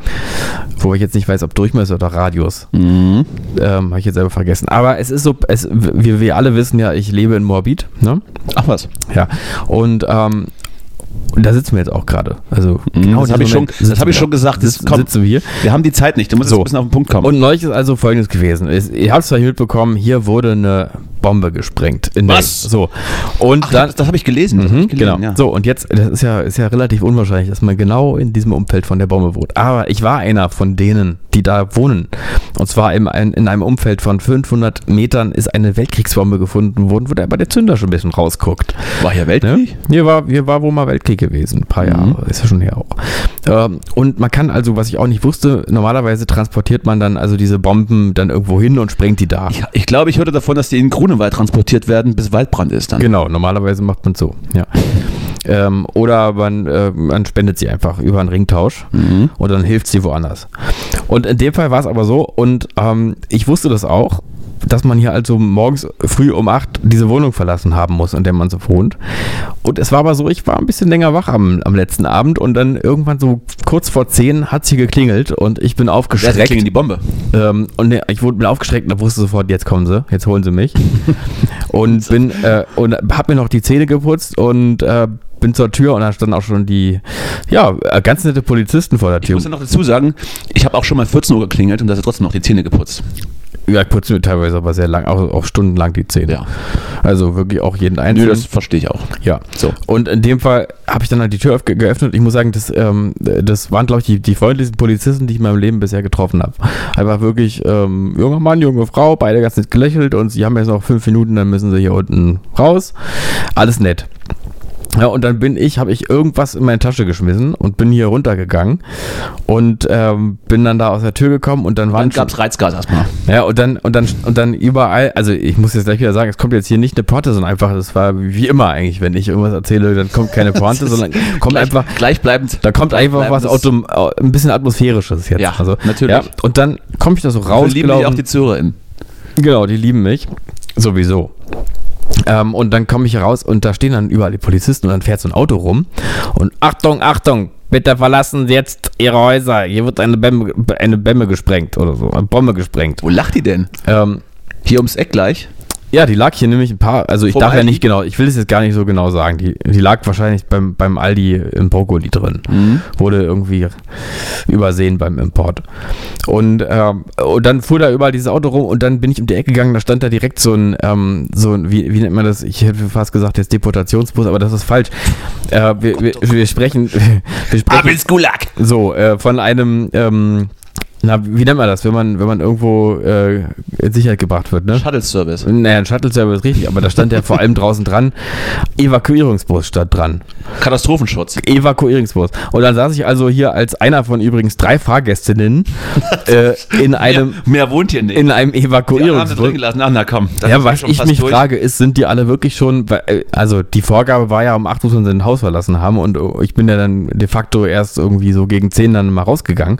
Wo ich jetzt nicht weiß, ob Durchmesser oder Radius. Mhm. Ähm, Habe ich jetzt selber vergessen. Aber es ist so, es, wir, wir alle wissen ja, ich lebe in Moabit, ne? Ach was. Ja. Und, ähm, und da sitzen wir jetzt auch gerade. Also genau Mhm. das in diesem habe ich schon, Moment das hab ich sitzen schon wir. gesagt. Das, Sitzen- komm, sitzen wir hier. wir haben die Zeit nicht. Du musst So. jetzt ein bisschen auf den Punkt kommen. Und neulich ist also folgendes gewesen. Es- Ihr habt es vielleicht mitbekommen, hier wurde eine Bombe gesprengt. In Was? Der, so. Und Ach, dann. das, das habe ich gelesen. Das hab Mhm, ich gelesen genau. So, und jetzt, das ist ja, ist ja relativ unwahrscheinlich, dass man genau in diesem Umfeld von der Bombe wohnt. Aber ich war einer von denen, die da wohnen. Und zwar im, ein- in einem Umfeld von 500 Metern ist eine Weltkriegsbombe gefunden worden, wo der, bei der Zünder schon ein bisschen rausguckt. War hier Ne? Weltkrieg? Hier, war, hier war wohl mal Weltkrieg gewesen, ein paar Mhm. Jahre, ist ja schon her auch. Ähm, und man kann also, was ich auch nicht wusste, normalerweise transportiert man dann also diese Bomben dann irgendwo hin und sprengt die da. Ich, ich glaube, ich hörte davon, dass die in Grunewald transportiert werden, bis Waldbrand ist dann. Genau, normalerweise macht man so, ja. Ähm, oder man, äh, man spendet sie einfach über einen Ringtausch Mhm. und dann hilft sie woanders. Und in dem Fall war es aber so, und ähm, ich wusste das auch, dass man hier also morgens früh um 8 diese Wohnung verlassen haben muss, in der man so wohnt. Und es war aber so, ich war ein bisschen länger wach am, am letzten Abend und dann irgendwann so kurz vor 10 hat sie geklingelt und ich bin Wer aufgeschreckt. hat klingelt die Bombe? Ähm, und ne, ich wurde mir aufgeschreckt und wusste sofort, jetzt kommen sie, jetzt holen sie mich. und bin äh, und hab mir noch die Zähne geputzt und äh, bin zur Tür und da standen auch schon die, ja, äh, ganz nette Polizisten vor der Ich Tür. muss ja noch dazu sagen, ich habe auch schon mal 14 Uhr geklingelt und da ist trotzdem noch die Zähne geputzt. Ja, ich putze mir teilweise aber sehr lang, auch, auch stundenlang die Zähne. Ja. Also wirklich auch jeden Nö, einzelnen. das verstehe ich auch. Ja, so. Und in dem Fall habe ich dann halt die Tür öff- geöffnet. Ich muss sagen, das, ähm, das waren, glaube ich, die, die freundlichsten Polizisten, die ich in meinem Leben bisher getroffen habe. Einfach wirklich ähm, junger Mann, junge Frau, beide ganz nett gelächelt und sie haben jetzt noch fünf Minuten, dann müssen sie hier unten raus. Alles nett. Ja, und dann bin ich, habe ich irgendwas in meine Tasche geschmissen und bin hier runtergegangen und ähm, bin dann da aus der Tür gekommen und dann waren Dann gab es Reizgas erstmal. ja, und dann, und dann, und dann überall, also ich muss jetzt gleich wieder sagen, es kommt jetzt hier nicht eine Pointe, sondern einfach, das war wie immer eigentlich, wenn ich irgendwas erzähle, dann kommt keine Pointe, sondern kommt Gleich- einfach, Gleichbleibend. da kommt einfach was Bleibt autom au- ein bisschen atmosphärisches jetzt. Ja, also, natürlich. Ja, und dann komme ich da so raus. lieben ja auch die Zuhörerin. Genau, die lieben mich. Sowieso. Ähm, und dann komme ich hier raus und da stehen dann überall die Polizisten und dann fährt so ein Auto rum. Und Achtung, Achtung, bitte verlassen Sie jetzt Ihre Häuser. Hier wird eine Bämme, eine Bämme gesprengt oder so, eine Bombe gesprengt. Wo lacht die denn? Ähm, Hier ums Eck gleich. ja, die lag hier nämlich ein paar, also ich Vom darf ja Aldi? nicht genau, ich will es jetzt gar nicht so genau sagen. Die, die lag wahrscheinlich beim, beim Aldi im Brokkoli drin. Mhm. Wurde irgendwie übersehen beim Import. Und, ähm, und dann fuhr da überall dieses Auto rum und dann bin ich um die Ecke gegangen, da stand da direkt so ein, ähm, so ein wie, wie nennt man das? Ich hätte fast gesagt, jetzt Deportationsbus, aber das ist falsch. Äh, wir, wir, wir sprechen, wir sprechen Gulag. so, äh, von einem, ähm, na, wie nennt man das, wenn man, wenn man irgendwo äh, in Sicherheit gebracht wird, ne? Shuttle Service. Naja, ein Shuttle-Service richtig, aber da stand ja vor allem draußen dran. Evakuierungsbus statt dran. Katastrophenschutz. Evakuierungsbus. Und dann saß ich also hier als einer von übrigens drei Fahrgästinnen äh, in einem mehr wohnt hier nicht. in einem Die haben sie drin Evakuierungsbus. gelassen. Ach, na komm. Das Ja, ist was schon ich fast mich durch. frage, ist, sind die alle wirklich schon, weil, äh, also die Vorgabe war ja, um 8 Uhr sollen sie ein Haus verlassen haben und äh, ich bin ja dann de facto erst irgendwie so gegen 10 dann mal rausgegangen.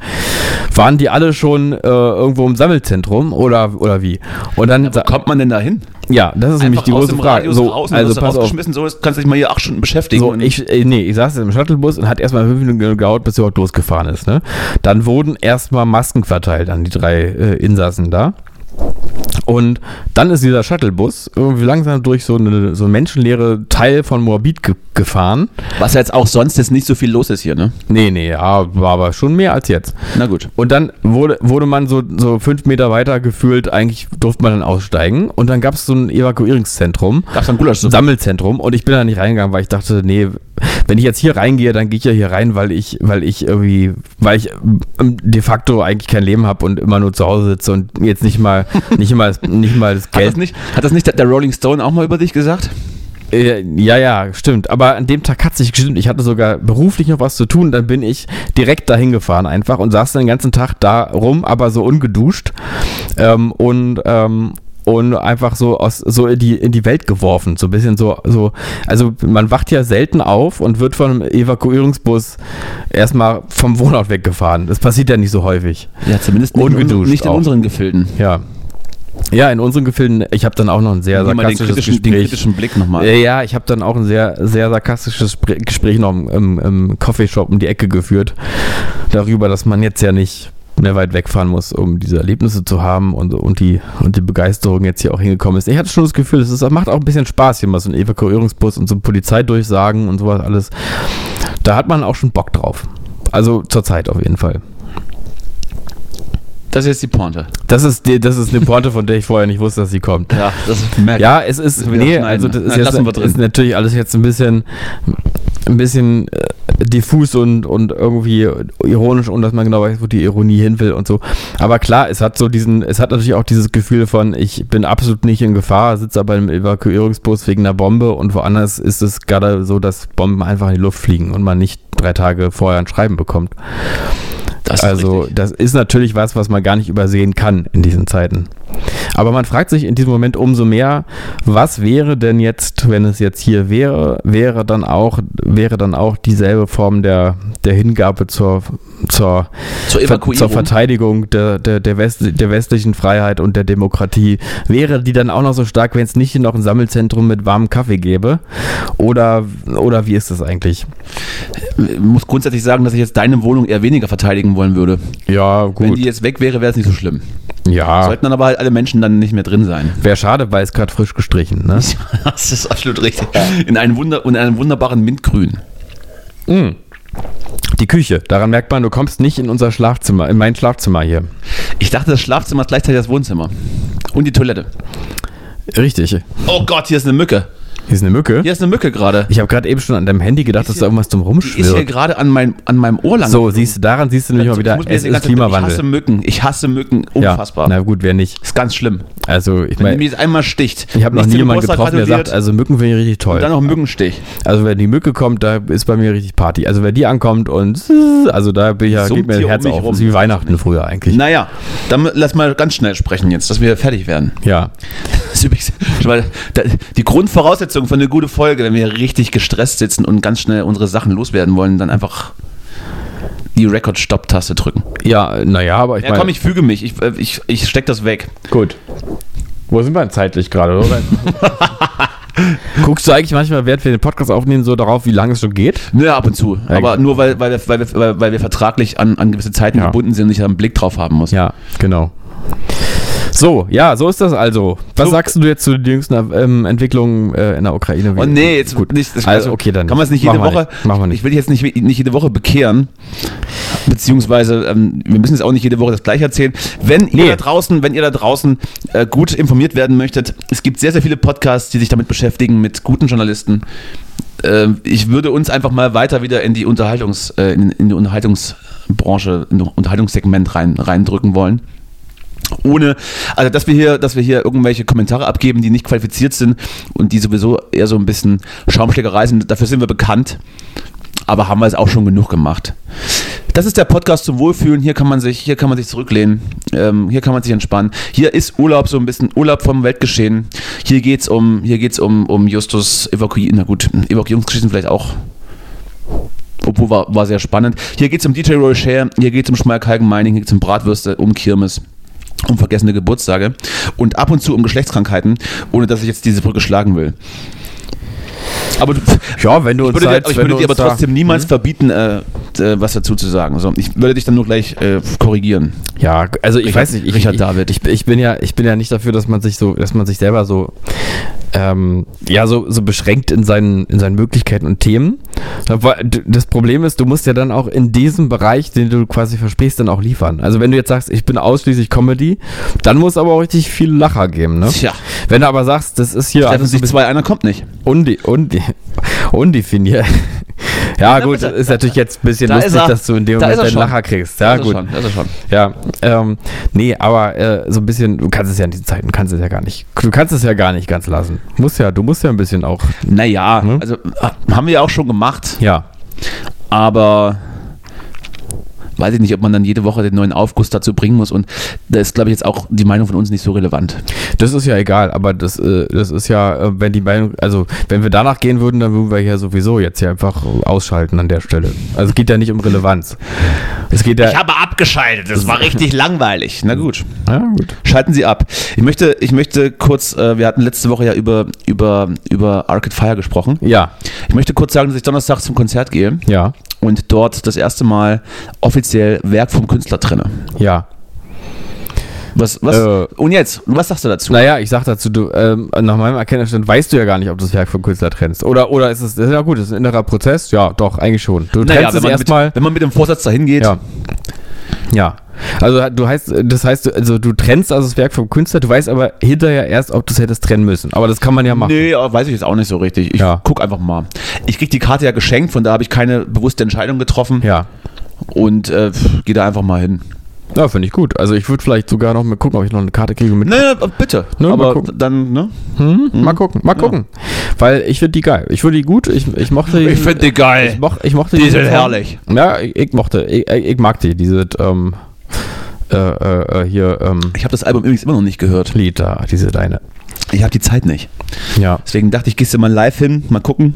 Waren die alle schon äh, irgendwo im Sammelzentrum oder, oder wie? Und dann, sa- Wo kommt man denn da hin? ja, das ist nämlich Einfach die aus große dem Frage. Radius So, raus und also wirst pass auf. rausgeschmissen, so ist, kannst du dich mal hier acht Stunden beschäftigen. So, ich, äh, nee, ich saß jetzt im Shuttlebus und hat erstmal fünf Minuten gedauert, bis überhaupt losgefahren ist. Ne? Dann wurden erstmal Masken verteilt an die drei äh, Insassen da. Und dann ist dieser Shuttlebus irgendwie langsam durch so eine so einen menschenleere Teil von Moabit ge gefahren. was jetzt auch sonst jetzt nicht so viel los ist hier, ne? Nee, nee, ja, war aber schon mehr als jetzt. Na gut. Und dann wurde, wurde man so, so fünf Meter weiter gefühlt, eigentlich durfte man dann aussteigen. Und dann gab es so ein Evakuierungszentrum. Gab's dann Gulasch so? Sammelzentrum und ich bin da nicht reingegangen, weil ich dachte, nee, wenn ich jetzt hier reingehe, dann gehe ich ja hier rein, weil ich, weil ich irgendwie, weil ich ähm, de facto eigentlich kein Leben habe und immer nur zu Hause sitze und jetzt nicht mal, nicht mal, nicht mal das Hat Geld. das, nicht, hat das nicht der- der Rolling Stone auch mal über dich gesagt? Äh, ja, ja, stimmt. Aber an dem Tag hat es nicht gestimmt. Ich hatte sogar beruflich noch was zu tun. Dann bin ich direkt dahin gefahren einfach und saß den ganzen Tag da rum, aber so ungeduscht ähm, und ähm, und einfach so aus so in die in die Welt geworfen, so ein bisschen so so. Also man wacht ja selten auf und wird von einem Evakuierungsbus erstmal vom Wohnort weggefahren. Das passiert ja nicht so häufig. Ja, zumindest nicht, in, Ungeduscht uns- nicht in auch. unseren Gefilden. Ja. Ja, in unseren Gefilden, ich habe dann auch noch ein sehr Nimm mal den sarkastisches kritischen, den Gespräch. kritischen Blick nochmal. Ja, Äh, ja, ich habe dann auch ein sehr, sehr sarkastisches Spr- Gespräch noch im, im, im Coffeeshop um die Ecke geführt. Darüber, dass man jetzt ja nicht mehr weit wegfahren muss, um diese Erlebnisse zu haben und, und, die, und die Begeisterung jetzt hier auch hingekommen ist. Ich hatte schon das Gefühl, es ist, macht auch ein bisschen Spaß, hier mal so einen Evakuierungsbus und so Polizeidurchsagen und sowas alles. Da hat man auch schon Bock drauf. Also zurzeit auf jeden Fall. Das ist jetzt die Pointe. Das ist, die, das ist eine Porte, von der ich vorher nicht wusste, dass sie kommt. Ja, das merkt Ja, es ist, Müssen wir nee, schneiden. also das ist, Nein, lassen wir jetzt, drin. ist natürlich alles jetzt ein bisschen, ein bisschen äh, diffus und, und irgendwie ironisch, ohne dass man genau weiß, wo die Ironie hin will und so. Aber klar, es hat so diesen, es hat natürlich auch dieses Gefühl von, ich bin absolut nicht in Gefahr, sitze aber im Evakuierungsbus wegen einer Bombe und woanders ist es gerade so, dass Bomben einfach in die Luft fliegen und man nicht drei Tage vorher ein Schreiben bekommt. das ist Also richtig. das ist natürlich was, was man gar nicht übersehen kann in diesen Zeiten. Aber man fragt sich in diesem Moment umso mehr, was wäre denn jetzt, wenn es jetzt hier wäre, wäre dann auch, wäre dann auch dieselbe Form der, der Hingabe zur, zur, zur zur Evakuierung. Verteidigung der, der, der, West, der westlichen Freiheit und der Demokratie. Wäre die dann auch noch so stark, wenn es nicht noch ein Sammelzentrum mit warmem Kaffee gäbe? Oder, oder wie ist das eigentlich? Ich muss grundsätzlich sagen, dass ich jetzt deine Wohnung eher weniger verteidigen wollen würde. Ja, Wenn die jetzt weg wäre, wäre es nicht so schlimm. Ja, Sollten dann aber halt alle Menschen dann nicht mehr drin sein. wäre schade, weil es gerade frisch gestrichen, ne? Das ist absolut richtig. In, einem Wunder, in einem wunderbaren Mintgrün. Die Küche. Daran merkt man, du kommst nicht in unser Schlafzimmer, in mein Schlafzimmer hier. Ich dachte, das Schlafzimmer ist gleichzeitig das Wohnzimmer. Und die Toilette. Richtig. Hier Oh Gott, hier ist eine Mücke. ist eine Mücke. Hier ist eine Mücke gerade. Ich habe gerade eben schon an deinem Handy gedacht, dass da irgendwas zum Die ist hier Rumschwirrt. gerade an, mein, an meinem Ohr lang. Also So, siehst du, daran siehst du nämlich mal Ich wieder, muss mir es jetzt die ist ganze- Ich hasse Klimawandel. Mücken. Ich hasse Mücken. Ja, Unfassbar. na gut, wer nicht. ist ganz schlimm. Also, ich Wenn die mir meine, jetzt einmal sticht. ich habe noch nicht nie zum jemanden Geburtstag getroffen, der gratuliert sagt, also Mücken finde ich richtig und dann toll. noch Mückenstich. Also, wenn die Mücke kommt, da ist bei mir richtig Party. Also, wenn die ankommt und, also da bin ich ja, Summt geht mir das hier um Herz mich auf. rum. Das ist wie Weihnachten früher eigentlich. Naja, dann lass mal ganz schnell sprechen jetzt, dass wir fertig werden. Ja. Das ist übrigens schon mal da- die Grundvoraussetzung für eine gute Folge, wenn wir richtig gestresst sitzen und ganz schnell unsere Sachen loswerden wollen, dann einfach die Record-Stop-Taste drücken. Ja, naja, aber ich Ja, komm, ich füge mich. Ich, äh, ich, ich steck das weg. Gut. Wo sind wir denn zeitlich gerade, oder? Guckst du eigentlich manchmal, während wir den Podcast aufnehmen, so darauf, wie lange es schon geht? Naja, ab und zu. Aber gut. nur, weil, weil, wir, weil, wir, weil- weil wir vertraglich an, an gewisse Zeiten Ja. gebunden sind und ich da einen Blick drauf haben muss. Ja, genau. So, ja, so ist das also. Was So. sagst du jetzt zu den jüngsten ähm, Entwicklungen äh, in der Ukraine? Oh nee, jetzt gut. Nicht, das- Also, okay, dann Kann man es nicht machen jede wir Woche. nicht. Machen wir nicht. Ich will jetzt nicht, nicht jede Woche bekehren. Beziehungsweise, ähm, wir müssen jetzt auch nicht jede Woche das gleiche erzählen. Wenn ihr Nee. da draußen, wenn ihr da draußen äh, gut informiert werden möchtet, es gibt sehr, sehr viele Podcasts, die sich damit beschäftigen, mit guten Journalisten. Ähm, ich würde uns einfach mal weiter wieder in die Unterhaltungs, äh, in, in die Unterhaltungsbranche, in das Unterhaltungssegment rein, reindrücken wollen ohne, also dass wir hier, dass wir hier irgendwelche Kommentare abgeben, die nicht qualifiziert sind und die sowieso eher so ein bisschen Schaumschlägerei sind, dafür sind wir bekannt. Aber haben wir es auch schon genug gemacht. Das ist der Podcast zum Wohlfühlen. Hier kann man sich, hier kann man sich zurücklehnen. Ähm, hier kann man sich entspannen. Hier ist Urlaub so ein bisschen Urlaub vom Weltgeschehen. Hier geht's um, hier geht's um, um Justus Evakuierung. Na gut, Evakuierungsgeschichten vielleicht auch. Obwohl war, war sehr spannend. Hier geht's um DJ Roy Share. Hier geht's um Schmalkalken Mining. Hier geht's um Bratwürste, um Kirmes um vergessene Geburtstage und ab und zu um Geschlechtskrankheiten, ohne dass ich jetzt diese Brücke schlagen will. Aber du, Ja, wenn du ich uns würde, da jetzt- dir, ich wenn würde du dir aber uns da- trotzdem niemals verbieten, äh, äh, was dazu zu sagen. So, ich würde dich dann nur gleich äh, korrigieren. Ja, also ich Richard- weiß nicht, ich, Richard ich, David. Ich, ich bin ja, ich bin ja nicht dafür, dass man sich so, dass man sich selber so, ähm, ja, so, so beschränkt in seinen, in seinen Möglichkeiten und Themen. Aber d- Das Problem ist, du musst ja dann auch in diesem Bereich, den du quasi versprichst, dann auch liefern. Also wenn du jetzt sagst, ich bin ausschließlich Comedy, dann muss aber auch richtig viel Lacher geben, ne? Tja, Wenn du aber sagst, das ist hier treffen sich zwei, einer kommt nicht. undi undi undefiniert. Ja, gut, ist natürlich jetzt ein bisschen Da ist lustig, er. dass du in dem Da Moment ist er einen schon. Lacher kriegst. Ja, das gut. Ist schon, das ist schon. Ja, ähm, nee, aber äh, so ein bisschen, du kannst es ja in diesen Zeiten, kannst es ja gar nicht, du kannst es ja gar nicht ganz lassen. Musst ja, du musst ja ein bisschen auch, Naja, Hm? also äh, haben wir ja auch schon gemacht, ja. aber weiß ich nicht, ob man dann jede Woche den neuen Aufguss dazu bringen muss und da ist, glaube ich, jetzt auch die Meinung von uns nicht so relevant. Das ist ja egal, aber das, äh, das ist ja, äh, wenn die Meinung, also wenn wir danach gehen würden, dann würden wir ja sowieso jetzt hier einfach ausschalten an der Stelle. Also es geht ja nicht um Relevanz. Es geht ja, habe abgeschaltet, das war richtig langweilig. Na gut. ja gut. Schalten Sie ab. Ich möchte, ich möchte kurz, äh, wir hatten letzte Woche ja über, über, über Arcade Fire gesprochen. Ja, Ich möchte kurz sagen, dass ich Donnerstag zum Konzert gehe ja, und dort das erste Mal offiziell Werk vom Künstler trenne. ja. Was, was? Äh. und jetzt, was sagst du dazu? Naja, ich sag dazu, du, ähm, nach meinem Erkenntnisstand weißt du ja gar nicht, ob du das Werk vom Künstler trennst. Oder, oder ist es, das ist ja gut, das ist ein innerer Prozess? Ja, doch, eigentlich schon. Du Naja, trennst es man erstmal. mit, wenn man mit dem Vorsatz dahin geht, Ja. Ja. Also du heißt, das heißt, du- also du trennst also das Werk vom Künstler, du weißt aber hinterher erst, ob du es hättest trennen müssen. Aber das kann man ja machen. Nee, aber weiß ich jetzt auch nicht so richtig. Ich Ja. guck einfach mal. Ich krieg die Karte ja geschenkt, von da habe ich keine bewusste Entscheidung getroffen Ja. und äh, pf, gehe da einfach mal hin. Ja, finde ich gut. Also ich würde vielleicht sogar noch mal gucken, ob ich noch eine Karte kriege mit. Naja, äh, bitte. Ne, mal aber gucken. dann, ne? Hm? Mal gucken, mal gucken. Weil ich finde die geil. Ich finde die gut. Ich, ich mochte die. find die ich, geil. moch, ich mochte Die in sind Form. herrlich. Ja, ich, ich mochte. Ich, ich ich mag die. Diese ähm, äh, äh, äh, hier ähm, Ich habe das Album übrigens immer noch nicht gehört. Lied da, diese deine. Ich habe die Zeit nicht. Ja, Deswegen dachte ich, gehst du mal live hin, mal gucken.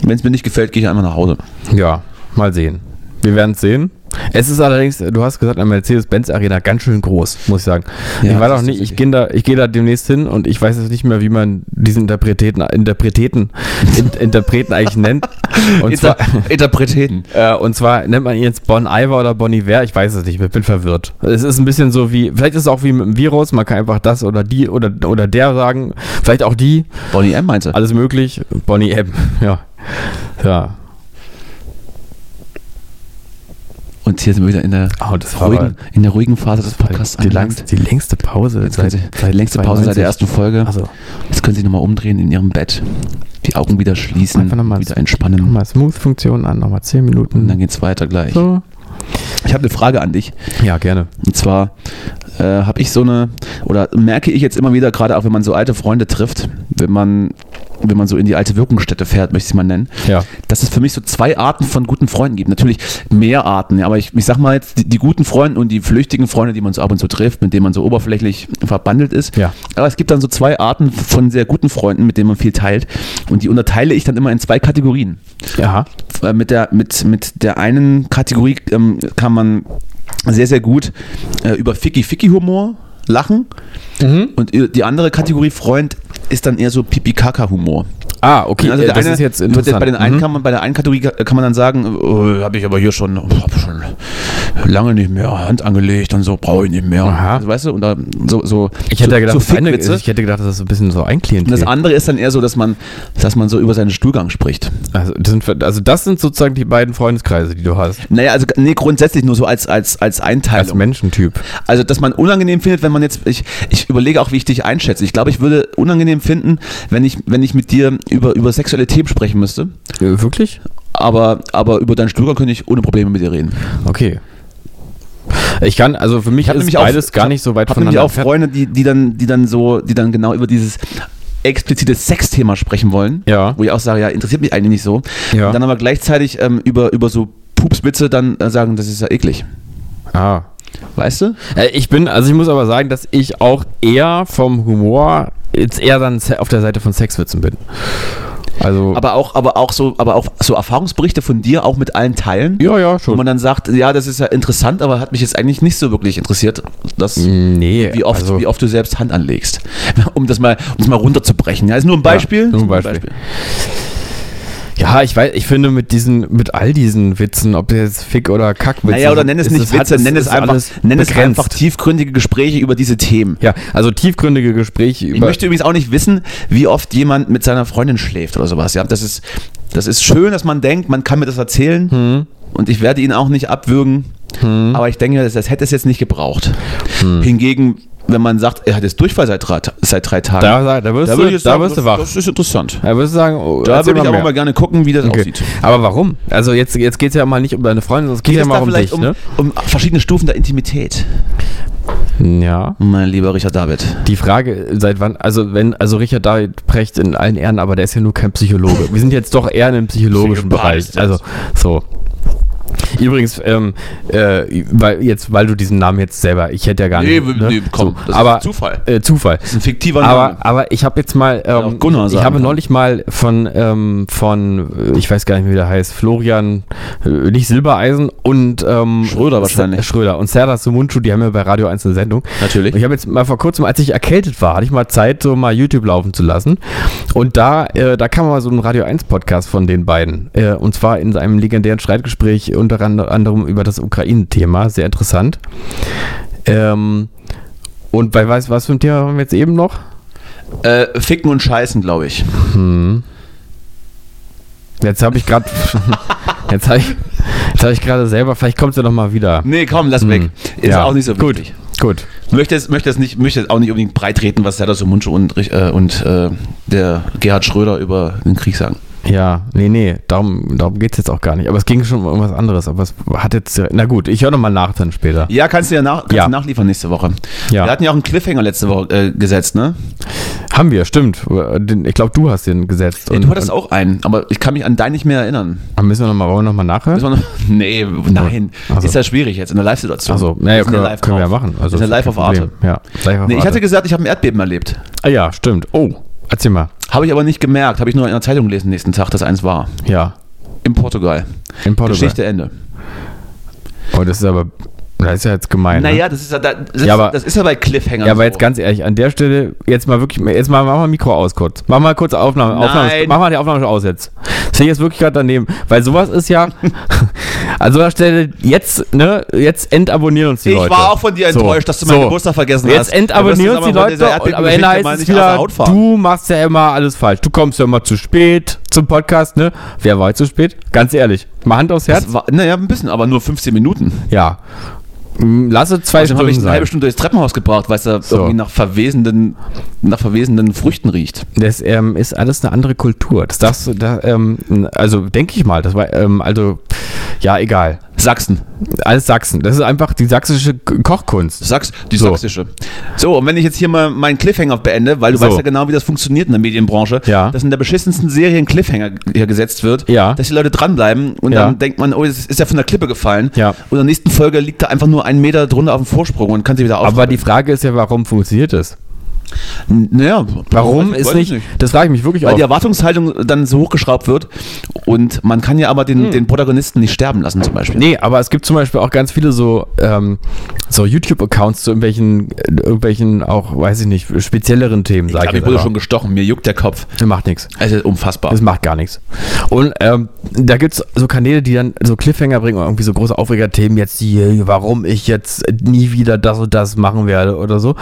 Wenn es mir nicht gefällt, gehe ich einfach nach Hause. ja. Mal sehen. Wir werden es sehen. Es ist allerdings, du hast gesagt, eine Mercedes-Benz-Arena ganz schön groß, muss ich sagen. Ja, ich war doch das ist nicht, ich richtig. gehe da, ich gehe da demnächst hin und ich weiß jetzt nicht mehr, wie man diesen Interpreteten, Interpreteten, In- Interpreten eigentlich nennt. Und zwar, Interpreten. Äh, und zwar nennt man ihn jetzt Bon Iver oder Bon Iver, ich weiß es nicht, ich bin verwirrt. Es ist ein bisschen so wie, vielleicht ist es auch wie mit dem Virus, man kann einfach das oder die oder, oder der sagen, vielleicht auch die, Bonnie M. meinte. alles möglich. Bonnie M, ja. Ja, Und hier sind wir wieder in der, oh, das war ruhigen, in der ruhigen Phase des Podcasts aber die, längst, die längste Pause. Jetzt können Sie, die längste Pause seit der ersten Folge. Also, Jetzt können Sie nochmal umdrehen in Ihrem Bett. Die Augen wieder schließen, Einfach noch mal- wieder entspannen. nochmal Smooth-Funktion an, nochmal 10 Minuten. Mhm. Und dann geht's weiter gleich. so. Ich habe eine Frage an dich. Ja, gerne. Und zwar äh, habe ich so eine, oder merke ich jetzt immer wieder, gerade auch wenn man so alte Freunde trifft, wenn man, wenn man so in die alte Wirkungsstätte fährt, möchte ich es mal nennen, Ja. dass es für mich so zwei Arten von guten Freunden gibt. Natürlich mehr Arten, ja, aber ich, ich sag mal jetzt, die, die guten Freunde und die flüchtigen Freunde, die man so ab und zu trifft, mit denen man so oberflächlich verbandelt ist. Ja. Aber es gibt dann so zwei Arten von sehr guten Freunden, mit denen man viel teilt. Und die unterteile ich dann immer in zwei Kategorien Aha. äh, mit der, mit, mit der einen Kategorie ähm, kann man sehr, sehr gut äh, über Ficky-Ficky-Humor lachen. Und äh, die andere Kategorie Freund ist dann eher so Pipi-Kaka-Humor. Ah, okay, Also äh, der das eine ist jetzt wird interessant. bei, den einen Mhm. kann man, bei der einen Kategorie ka- kann man dann sagen, oh, habe ich aber hier schon, hab schon lange nicht mehr Hand angelegt und so, brauche ich nicht mehr. Aha. Also, weißt du, und da, so, so, Ich hätte, so, ja gedacht, so das eine, Fickwitze. ich hätte gedacht, das ist so ein bisschen so ein Und das Klientel. andere ist dann eher so, dass man, dass man so über seinen Stuhlgang spricht. Also das, sind, also das sind sozusagen die beiden Freundeskreise, die du hast. Naja, also nee, grundsätzlich nur so als, als, als Einteilung. Als Menschentyp. Äh, Also, dass man unangenehm findet, wenn man jetzt, ich, ich überlege auch, wie ich dich einschätze. Ich glaube, ich würde unangenehm finden, wenn ich, wenn ich mit dir über, über sexuelle Themen sprechen müsste. Wirklich? Aber, aber über deinen Stuhlgang könnte ich ohne Probleme mit dir reden. Okay. Ich kann, also für mich hab ist nämlich auch- beides ich gar hab- nicht so weit Hab nämlich voneinander auch Freunde, die, die dann, die dann so, die dann genau über dieses explizite Sexthema sprechen wollen. Ja. Wo ich auch sage, ja, interessiert mich eigentlich nicht so. Ja. Dann aber gleichzeitig ähm, über, über so Pupswitze dann äh, sagen, das ist ja eklig. Ah. Weißt du? Äh, Ich bin, also ich muss aber sagen, dass ich auch eher vom Humor jetzt eher dann se- auf der Seite von Sexwitzen bin. Also, Aber auch, aber auch so, aber auch so Erfahrungsberichte von dir, auch mit allen Teilen. ja, ja, Wo schon. man dann sagt, ja, das ist ja interessant, aber hat mich jetzt eigentlich nicht so wirklich interessiert, dass, nee, wie, oft, also, wie oft du selbst Hand anlegst. Um das mal, um das mal runterzubrechen. Ja, ist nur ein Beispiel. Ja, nur ein Beispiel. Ja, ich weiß, ich finde mit diesen, mit all diesen Witzen, ob das jetzt Fick oder Kackwitze Naja, oder sind, nenn es also ist nicht hat- Witze, nenn es ist einfach, alles nenn es begrenzt. einfach tiefgründige Gespräche über diese Themen. Ja, also tiefgründige Gespräche Ich über. möchte übrigens auch nicht wissen, wie oft jemand mit seiner Freundin schläft oder sowas. Ja, das ist, das ist schön, dass man denkt, man kann mir das erzählen Hm. und ich Hm. werde ihn auch nicht abwürgen. Aber ich denke, das, das hätte es jetzt nicht gebraucht. Hingegen wenn man sagt, er hat jetzt Durchfall seit drei, Ta- seit drei Tagen, Da, da, da wirst da du, würde ich jetzt da sagen, wirst das, du wach. das ist interessant. Da wirst du sagen, oh, Da erzähl würde ich aber mehr. mal gerne gucken, wie das Okay. aussieht. Aber warum? Also jetzt, jetzt geht es ja mal nicht um deine Freundin, sondern es geht ja es mal da um vielleicht dich, ne? um, um verschiedene Stufen der Intimität, ne? Ja. mein lieber Richard David. Die Frage, seit wann, also wenn, also Richard David Precht in allen Ehren, aber der ist ja nur kein Psychologe. Wir sind jetzt doch eher in einem psychologischen Psychopath Bereich. ist Also, so. Übrigens, ähm, äh, weil, jetzt, weil du diesen Namen jetzt selber, ich hätte ja gar nicht. ne? so, aber, Zufall. Äh, Zufall. Das ist ein fiktiver Aber, Name. aber ich habe jetzt mal, ähm, auch Gunnar ich sagen habe kann. neulich mal von, ähm, von, äh, ich weiß gar nicht, wie der heißt, Florian, äh, nicht Silbereisen und ähm, Schröder S- wahrscheinlich. Schröder und Serdar Sumunchu, die haben ja bei Radio 1 eine Sendung. Natürlich. Und ich habe jetzt mal vor kurzem, als ich erkältet war, hatte ich mal Zeit, so mal YouTube laufen zu lassen. Und da, äh, da kam mal so ein Radio 1 Podcast von den beiden. Äh, und zwar in einem legendären Streitgespräch unter and- anderem über das Ukraine-Thema. Sehr interessant. Ähm, und bei was, was für ein Thema haben wir jetzt eben noch? Äh, Ficken und Scheißen, glaube ich. Jetzt habe ich gerade. jetzt habe ich, jetzt hab ich gerade selber. Vielleicht kommt sie noch mal wieder. Nee, komm, lass weg. Ist Hm. Ja. auch nicht so Gut. wichtig. Gut. Möchte es, möchte es nicht, möchte es auch nicht unbedingt breitreten, was Serdar Somuncu und, Rich- äh, und äh, der Gerhard Schröder über den Krieg sagen. Ja, nee, nee. Darum, darum geht es jetzt auch gar nicht. Aber es ging schon um irgendwas anderes. Aber es hat jetzt. Na gut, ich höre noch mal nach dann später. Ja, kannst du ja nach, kannst Ja. Du nachliefern nächste Woche. Ja. Wir hatten ja auch einen Cliffhanger letzte Woche äh, gesetzt, ne? Haben wir, stimmt. Den- Ich glaube, du hast den gesetzt. Ja, du hattest auch einen, aber ich kann mich an deinen nicht mehr erinnern. und, müssen wir nochmal noch mal nachhören? Müssen wir noch, nee, nein. Ach so. Ist ja schwierig jetzt in der Live-Situation. Achso, naja, Wir sind ja können, wir- live können wir Also. ja drauf. machen. Also Wir sind ja live kein auf Arte. Problem. Ja, live auf Nee, ich Arte. hatte gesagt, ich habe ein Erdbeben erlebt. ah, ja, stimmt. Oh, erzähl mal. Habe ich aber nicht gemerkt. Habe ich nur in der Zeitung gelesen nächsten Tag, dass eins war. Ja, In Portugal. in Portugal. Geschichte Ende. Oh, das ist aber. Das ist ja jetzt gemein. ne? Naja, also- das ist ja, da- das, Ja, aber- das ist ja bei Cliffhanger. Ja, aber so. jetzt ganz ehrlich, an der Stelle, jetzt mal wirklich, jetzt mal, mach mal Mikro aus kurz. Mach mal kurz Aufnahme, Aufnahme Nein. mach mal die Aufnahme schon aus jetzt. Das sehe ich jetzt wirklich gerade daneben, weil sowas ist ja, an so einer Stelle, jetzt, ne, jetzt entabonnieren uns die Ich Leute. war auch von dir So, enttäuscht, dass du meinen so. Geburtstag vergessen hast. Jetzt entabonnieren uns Aber die das ist aber von dieser Leute und am Ende heißt Erdbebengeschichte mal es nicht aus der wieder, Haut fahren. du machst ja immer alles falsch. Du kommst ja immer zu spät zum Podcast, ne? Wer war jetzt zu spät? Ganz ehrlich, mal Hand aufs Herz. Das war, naja, ein bisschen, aber nur 15 Minuten. Ja. Hm, Lasse zwei Dann habe Stunden ich eine sein. halbe Stunde durchs Treppenhaus gebracht, weil es da So. irgendwie nach verwesenden, nach verwesenden Früchten riecht. Das ähm, ist alles eine andere Kultur. Das darfst du, da, ähm, also denke ich mal, das war, ähm, also, ja, egal. Sachsen. Alles Sachsen. Das ist einfach die sächsische K- Kochkunst. Sachs, die So. sächsische. So, und wenn ich jetzt hier mal meinen Cliffhanger beende, weil du So. weißt ja genau, wie das funktioniert in der Medienbranche, Ja. dass in der beschissensten Serie ein Cliffhanger hier gesetzt wird, Ja. dass die Leute dranbleiben und Ja. dann denkt man, oh, das ist ja von der Klippe gefallen. Ja. Und in der nächsten Folge liegt da einfach nur ein Meter drunter auf dem Vorsprung und kann sich wieder Aber die Frage ist ja, warum funktioniert das? N- Naja, Warum weiß- ist weiß nicht, ich das frage ich mich wirklich Weil auch. die Erwartungshaltung dann so hochgeschraubt wird und man kann ja aber den, den Protagonisten nicht sterben lassen zum Beispiel. Hm. Nee, aber es gibt zum Beispiel auch ganz viele so, ähm, so YouTube-Accounts zu irgendwelchen, äh, irgendwelchen auch, weiß ich nicht, spezielleren Themen, sag ich, ich glaub, ich jetzt wurde einfach. schon gestochen, mir juckt der Kopf. Das Macht nichts. Also unfassbar. Das macht gar nichts. Und ähm, da gibt es so Kanäle, die dann so Cliffhanger bringen und irgendwie so große Aufregerthemen, jetzt die, äh, warum ich jetzt nie wieder das und das machen werde oder so.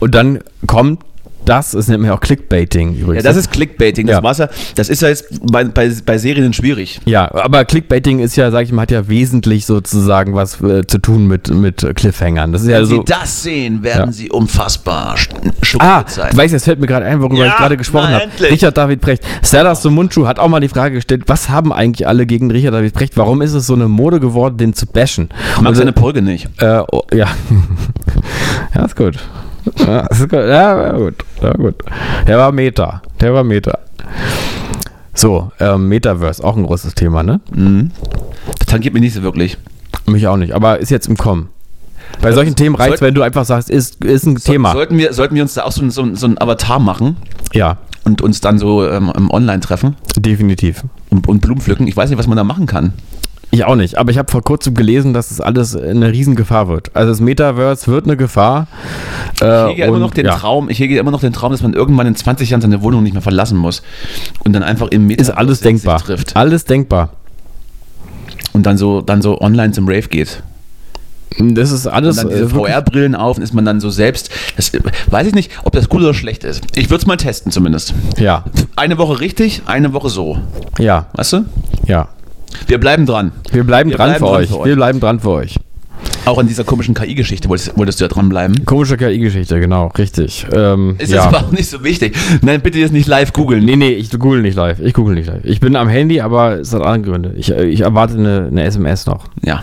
Und dann kommt das, es nennt man ja auch Clickbaiting ja, übrigens. das ist Clickbaiting. Das, Ja. war's ja, das ist ja jetzt bei, bei, bei Serien schwierig. ja, aber Clickbaiting ist ja, sag ich mal, hat ja wesentlich sozusagen was äh, zu tun mit, mit Cliffhangern. Das ist ja Wenn so. Sie das sehen, werden Also- Ja. Sie unfassbar sch- schockiert Ah, sein. ich weiß, jetzt fällt mir gerade ein, worüber Ja, ich gerade gesprochen na, habe. endlich. Richard David Precht. Serdar Somuncu hat auch mal die Frage gestellt, was haben eigentlich alle gegen Richard David Precht? Warum ist es so eine Mode geworden, den zu bashen? Mag Und, seine Polge nicht. äh, oh, ja. ja, ist gut. Ja, ist gut. Ja, ja, gut. Ja, gut. Der war Meta. Der war Meta. So, ähm, Metaverse, auch ein großes Thema, ne? Das tangiert mich nicht so wirklich. Mich auch nicht, aber ist jetzt im Kommen. Bei solchen Themen reicht wenn du einfach sagst, ist, ist ein So- Thema. Sollten wir, sollten wir uns da auch so, ein- so, ein- so einen Avatar machen ja, und uns dann so ähm, im Online treffen definitiv. und, und Blumen pflücken? Ich weiß nicht, was man da machen kann. Ich auch nicht, aber ich habe vor kurzem gelesen, dass es das alles eine Riesengefahr wird. Also das Metaverse wird eine Gefahr. Äh, Ich hege ja immer noch den ja, Traum, ich hege ja immer noch den Traum, dass man irgendwann in 20 Jahren seine Wohnung nicht mehr verlassen muss und dann einfach im Metaverse ist alles sich denkbar. trifft Alles denkbar. und dann so dann so online zum Rave geht. Das ist alles Und dann diese äh, wirklich- VR-Brillen auf und ist man dann so selbst. Das, äh, weiß ich nicht, ob das gut oder schlecht ist. Ich würde es mal testen zumindest. Ja, Eine Woche richtig, eine Woche so. ja, Weißt du? ja. Wir bleiben dran. Wir bleiben Wir dran, bleiben für, dran euch. für euch. Wir bleiben dran für euch. Auch an dieser komischen KI-Geschichte wolltest, wolltest du ja dranbleiben. Komische KI-Geschichte, genau, richtig. Ähm, Ist ja. jetzt aber auch nicht so wichtig. Nein, bitte jetzt nicht live googeln. Nee, nee, ich google nicht live. Ich google nicht live. Ich bin am Handy, aber es hat andere Gründe. Ich, äh, ich erwarte eine, eine SMS noch. Ja.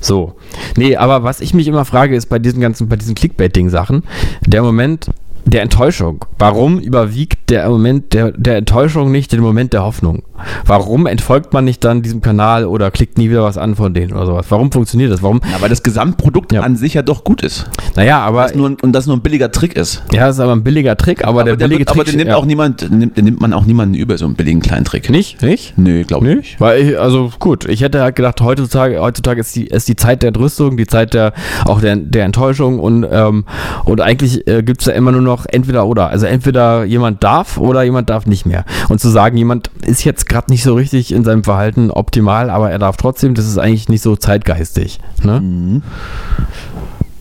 So. Nee, aber was ich mich immer frage, ist bei diesen ganzen, bei diesen Clickbait-Ding-Sachen, der Moment der Enttäuschung. Warum überwiegt der Moment der, der Enttäuschung nicht den Moment der Hoffnung? Warum entfolgt man nicht dann diesem Kanal oder klickt nie wieder was an von denen oder sowas? Warum funktioniert das? Warum? Ja, weil das Gesamtprodukt Ja. an sich ja doch gut ist. Naja, aber. Das nur, ein- und das nur ein billiger Trick ist. Ja, das ist aber ein billiger Trick, aber, der billige wird- Trick. aber den nimmt ja. auch niemand, nimmt, den nimmt man auch niemanden über, so einen billigen kleinen Trick. Nicht? Nicht? Nö, glaube ich Nicht? Weil ich, also gut, ich hätte halt gedacht, heutzutage, heutzutage ist die, ist die Zeit der Entrüstung, die Zeit der auch der, der Enttäuschung und, ähm, und eigentlich äh, gibt es da immer nur noch entweder oder. Also entweder jemand darf oder jemand darf nicht mehr. Und zu sagen, jemand ist jetzt gerade nicht so richtig in seinem Verhalten optimal, aber er darf trotzdem, das ist eigentlich nicht so zeitgeistig. Ne? Mhm.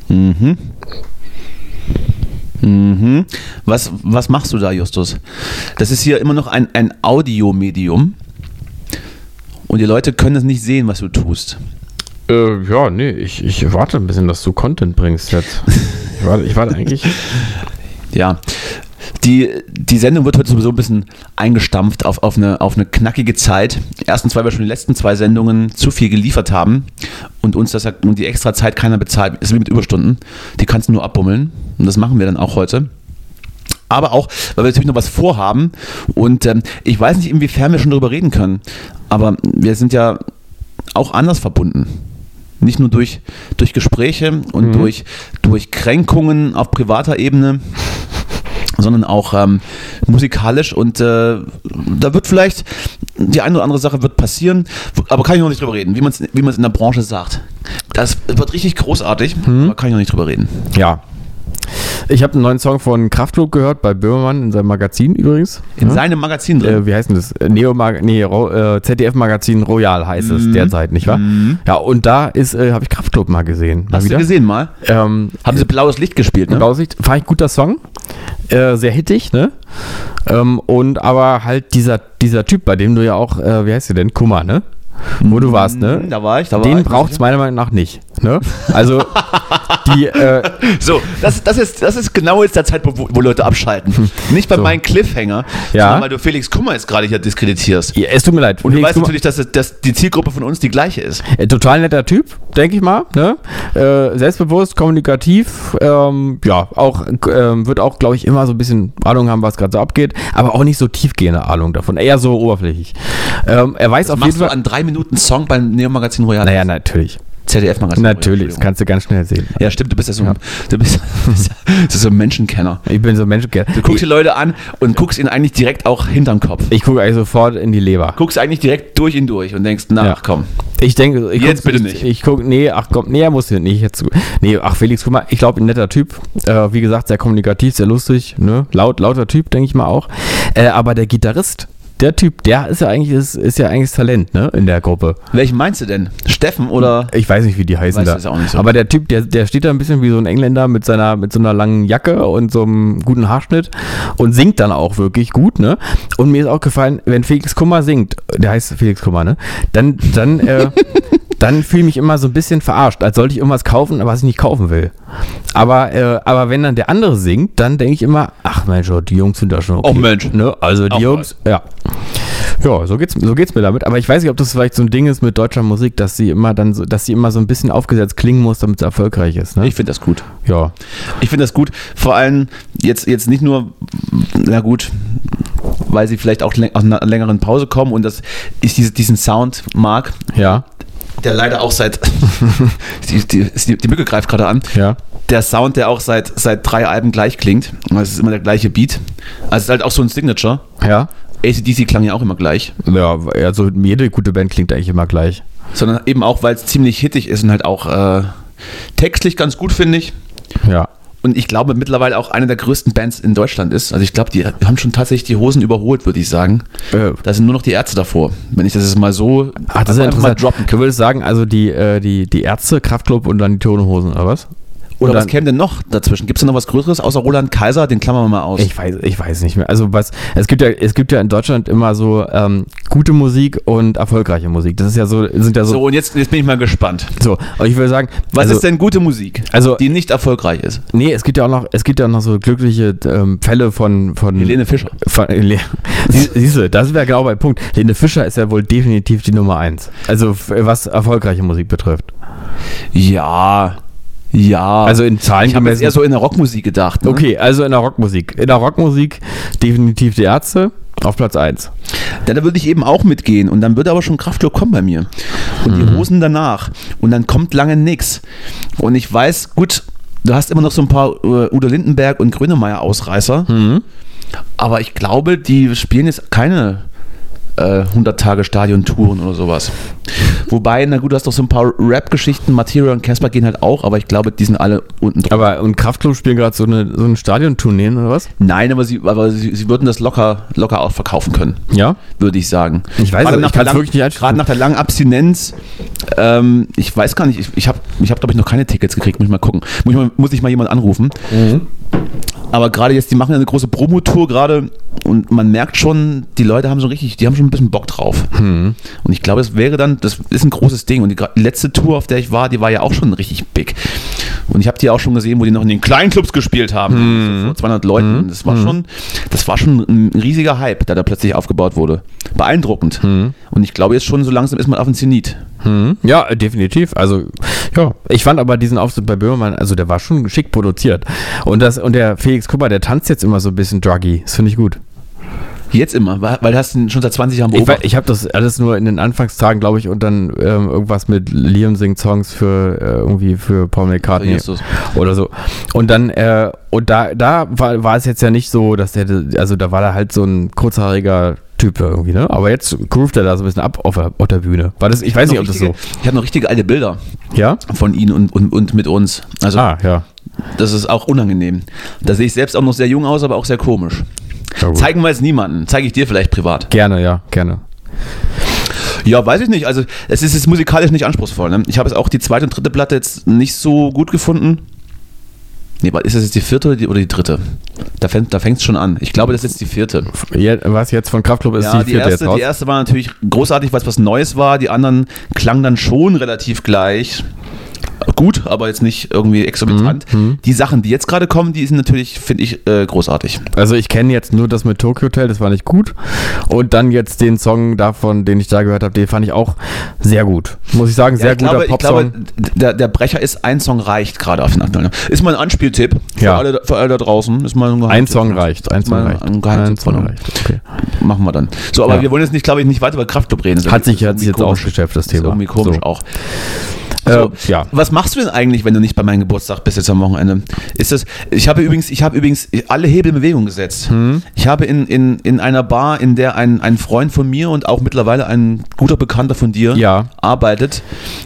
Mhm. Mhm. Was, was machst du da, Justus? Das ist hier immer noch ein, ein Audiomedium. Und die Leute können das nicht sehen, was du tust. Äh, ja, nee, ich, ich warte ein bisschen, dass du Content bringst jetzt. Ich warte, ich warte eigentlich. Ja. Die, die Sendung wird heute sowieso ein bisschen eingestampft auf, auf, eine, auf eine knackige Zeit. Erstens, weil wir schon die letzten zwei Sendungen zu viel geliefert haben und uns das und die extra Zeit keiner bezahlt. Ist wie mit Überstunden. Die kannst du nur abbummeln. Und das machen wir dann auch heute. Aber auch, weil wir natürlich noch was vorhaben. Und ähm, ich weiß nicht, inwiefern wir schon darüber reden können. Aber wir sind ja auch anders verbunden. Nicht nur durch, durch Gespräche und durch, durch Kränkungen auf privater Ebene, sondern auch ähm, musikalisch. Und äh, da wird vielleicht die eine oder andere Sache wird passieren, aber kann ich noch nicht drüber reden, wie man es wie man's in der Branche sagt. Das wird richtig großartig, Hm? aber kann ich noch nicht drüber reden. Ja. Ich habe einen neuen Song von Kraftklub gehört, bei Böhmermann in seinem Magazin übrigens. In Ja? seinem Magazin drin. äh, wie heißt denn das? Äh, Neo Mag nee, Ro äh, ZDF Magazin Royal heißt es Mhm. derzeit, nicht wahr? Ja, und da ist äh, habe ich Kraftklub mal gesehen. Mal Hast du gesehen mal? Ähm, Haben sie blaues Licht gespielt, ne? Blausicht, fand ich guter Song. Äh, sehr hittig, ne? Ähm, und aber halt dieser, dieser Typ, bei dem du ja auch, äh, wie heißt der denn? Kummer, ne? Wo du warst, ne? Mhm, Da war ich, da war Den ich. braucht es meiner Meinung nach nicht. Ne? Also, die, äh, So, das, das, ist, das ist genau jetzt der Zeitpunkt, wo, wo Leute abschalten. Nicht bei meinem Cliffhanger, Hm. Ja. sondern weil du Felix Kummer jetzt gerade hier diskreditierst. ja, es tut mir leid. Und du Felix weißt Kummer- natürlich, dass, es- dass die Zielgruppe von uns die gleiche ist. Äh, Total netter Typ, denke ich mal. Ne? Äh, selbstbewusst, kommunikativ, ähm, ja, auch ähm, wird auch, glaube ich, immer so ein bisschen Ahnung haben, was gerade so abgeht, aber auch nicht so tiefgehende Ahnung davon, eher so oberflächlich. Ähm, er weiß auf jeden Machst du Fall. an drei Minuten Song beim Neo-Magazin Royal? Naja, natürlich. ZDF-Magazin Natürlich, das Royal. kannst du ganz schnell sehen. Ja, stimmt, du bist ja so, ein- du bist, du bist so ein Menschenkenner. Ich bin so ein Mensch. Du guckst die Leute an und guckst ihnen eigentlich direkt auch hinterm Kopf. Ich gucke eigentlich sofort in die Leber. Guckst eigentlich direkt durch ihn durch und denkst, na Ja. ach komm. Ich denke, ich Jetzt guck- bitte ich- nicht. Ich gucke, nee, ach komm, nee, er muss hier nicht. Jetzt, nee, ach Felix, guck mal, ich glaube, ein netter Typ. Äh, wie gesagt, sehr kommunikativ, sehr lustig, ne? Laut, lauter Typ, denke ich mal auch. Äh, aber der Gitarrist, der Typ, der ist ja eigentlich, ist, ist ja eigentlich das Talent, ne? In der Gruppe. Welchen meinst du denn? Steffen oder? Ich weiß nicht, wie die heißen Weiß da. das auch nicht so. genau. Aber der Typ, der, der steht da ein bisschen wie so ein Engländer mit seiner, mit so einer langen Jacke und so einem guten Haarschnitt und singt dann auch wirklich gut, ne? Und mir ist auch gefallen, wenn Felix Kummer singt, der heißt Felix Kummer, ne? Dann, dann, äh, dann fühle ich mich immer so ein bisschen verarscht, als sollte ich irgendwas kaufen, was ich nicht kaufen will. Aber, äh, aber wenn dann der andere singt, dann denke ich immer, ach Mensch, oh, die Jungs sind da schon okay. Oh Mensch. Ne? Also die Auch Jungs, ja. Ja, so geht's, so geht's mir damit. Aber ich weiß nicht, ob das vielleicht so ein Ding ist mit deutscher Musik, dass sie immer dann so, dass sie immer so ein bisschen aufgesetzt klingen muss, damit sie erfolgreich ist. Ne? Ich finde das gut. ja. Ich finde das gut. Vor allem jetzt, jetzt nicht nur, na gut, weil sie vielleicht auch läng- aus einer längeren Pause kommen und das ich diese, diesen Sound mag, Ja. der leider auch seit. die, die, die, die Mücke greift gerade an. Ja. Der Sound, der auch seit, seit drei Alben gleich klingt. Es ist immer der gleiche Beat. Also es ist halt auch so ein Signature. Ja. ACDC klang ja auch immer gleich. Ja, also jede gute Band klingt eigentlich immer gleich. Sondern eben auch, weil es ziemlich hittig ist und halt auch äh, textlich ganz gut, finde ich. Ja. und ich glaube mittlerweile auch eine der größten Bands in Deutschland ist. Also ich glaube, die haben schon tatsächlich die Hosen überholt, würde ich sagen. Äh, Da sind nur noch die Ärzte davor. Wenn ich das jetzt mal so ach, Ah, das ist ja einfach mal interessant. droppen Du würdest sagen, also die, äh, die, die Ärzte, Kraftclub und dann die Tonehosen, oder was? kann. Oder Und was dann- käme denn noch dazwischen? Gibt es noch was Größeres außer Roland Kaiser? Den klammern wir mal aus. Ich weiß, ich weiß nicht mehr. Also was, es gibt ja, es gibt ja in Deutschland immer so ähm, gute Musik und erfolgreiche Musik. Das ist ja so, sind ja so, so. und jetzt, jetzt bin ich mal gespannt. So, aber ich würde sagen, Was also, ist denn gute Musik, Also die nicht erfolgreich ist? nee, es gibt ja auch noch, es gibt ja auch noch so glückliche ähm, Fälle von von Helene Fischer. Von, Le Sie, siehst du, das wäre genau mein Punkt. Lene Fischer ist ja wohl definitiv die Nummer eins. Also f- was erfolgreiche Musik betrifft. Ja. Ja. Also in Zahlen Ah. ich habe jetzt gemessen- eher so in der Rockmusik gedacht. ne? Okay, also in der Rockmusik. In der Rockmusik definitiv die Ärzte auf Platz eins. Ja, da würde ich eben auch mitgehen und dann würde aber schon Kraftklub kommen bei mir. Und die Hosen danach. Und dann kommt lange nix. Und ich weiß, gut, du hast immer noch so ein paar äh, Udo Lindenberg und Grönemeyer Ausreißer. Aber ich glaube, die spielen jetzt keine äh, 100-Tage-Stadion-Touren oder sowas. Wobei, na gut, du hast doch so ein paar Rap-Geschichten. Materia und Casper gehen halt auch, aber ich glaube, die sind alle unten drauf. Aber und Kraftklub spielen gerade so eine so ein Stadiontourneen oder was? Nein, aber sie, aber sie, sie würden das locker, locker auch verkaufen können. Ja. würde ich sagen. Ich weiß Gerade es, nach ich der kann's langen- wirklich nicht einschätzen. Gerade nach der langen Abstinenz, ähm, ich weiß gar nicht, ich, ich habe, ich hab, glaube ich, noch keine Tickets gekriegt, muss ich mal gucken. Muss ich mal, muss ich mal jemanden anrufen. Aber gerade jetzt, die machen ja eine große Promotour gerade und man merkt schon, die Leute haben so richtig, die haben schon ein bisschen Bock drauf. Mhm. Und ich glaube, es wäre dann, das ist ein großes Ding. Und die, gra- die letzte Tour, auf der ich war, die war ja auch schon richtig big. Und ich habe die auch schon gesehen, wo die noch in den kleinen Clubs gespielt Mhm. haben. So vor 200 Leuten. Das war schon, das war schon ein riesiger Hype, der da plötzlich aufgebaut wurde. Beeindruckend. Mhm. Und ich glaube jetzt schon, so langsam ist man auf dem Zenit. Hm, Ja, äh, definitiv. Also, ja. Ich fand aber diesen Auftritt bei Böhmermann, also der war schon schick produziert. Und das, und der Felix Kupper, der tanzt jetzt immer so ein bisschen druggy. Das finde ich gut. Jetzt immer, weil weil du hast ihn schon seit 20 Jahren Ich, wei- beobachtet. ich habe das alles nur in den Anfangstagen, glaube ich, und dann ähm, irgendwas mit Liam singt Songs für äh, irgendwie für Paul McCartney Für Jesus. oder so. Und dann äh, und da da war, war es jetzt ja nicht so, dass der also da war da halt so ein kurzhaariger Typ da irgendwie, ne? Aber jetzt groovt er da so ein bisschen ab auf der, auf der Bühne. War das ich weiß nicht, ob das so. Ich habe noch richtige alte Bilder Ja? von ihnen und, und, und mit uns. Also Ah, ja. Das ist auch unangenehm. Da sehe ich selbst auch noch sehr jung aus, aber auch sehr komisch. Ja, gut. Zeigen wir jetzt niemanden. Zeige ich dir vielleicht privat. Gerne, ja, gerne. Ja, weiß ich nicht. Also, es ist jetzt musikalisch nicht anspruchsvoll. Ne? Ich habe jetzt auch die zweite und dritte Platte jetzt nicht so gut gefunden. Nee, wa- ist das jetzt die vierte oder die, oder die dritte? Da fängt es schon an. Ich glaube, das ist jetzt die vierte. Je, was jetzt von Kraftklub ist, Ja, die die, vierte erste, jetzt raus. die erste war natürlich großartig, weil es was Neues war. Die anderen klangen dann schon relativ gleich. Gut, aber jetzt nicht irgendwie exorbitant. Mhm, Die Sachen, die jetzt gerade kommen, die sind natürlich, finde ich, äh, großartig. Also ich kenne jetzt nur das mit Tokyo Hotel, das war nicht gut. Und dann jetzt den Song davon, den ich da gehört habe, den fand ich auch sehr gut. Muss ich sagen, sehr ich guter glaube, ich Popsong. glaube, der, der Brecher ist ein Song reicht gerade auf den aktuellen. Ist mal ein Anspieltipp für, Ja. alle, für alle da draußen. Ist mal ein ein Geheimtipp. Song reicht, ein Song Mal reicht. ein ein Geheimtipp Song von- reicht. Okay. Machen wir dann. So, aber Ja. wir wollen jetzt nicht, glaube ich, nicht weiter über Kraftclub reden. Hat sich, hat Irgendwie sich jetzt komisch. ausgeschöpft, das Ist Thema. irgendwie komisch So. auch. Äh, So, ja. Was machst du denn eigentlich, wenn du nicht bei meinem Geburtstag bist jetzt am Wochenende? Ist das, ich habe übrigens, ich habe übrigens alle Hebel in Bewegung gesetzt. Mhm. Ich habe in, in, in einer Bar, in der ein, ein Freund von mir und auch mittlerweile ein guter Bekannter von dir Ja. arbeitet,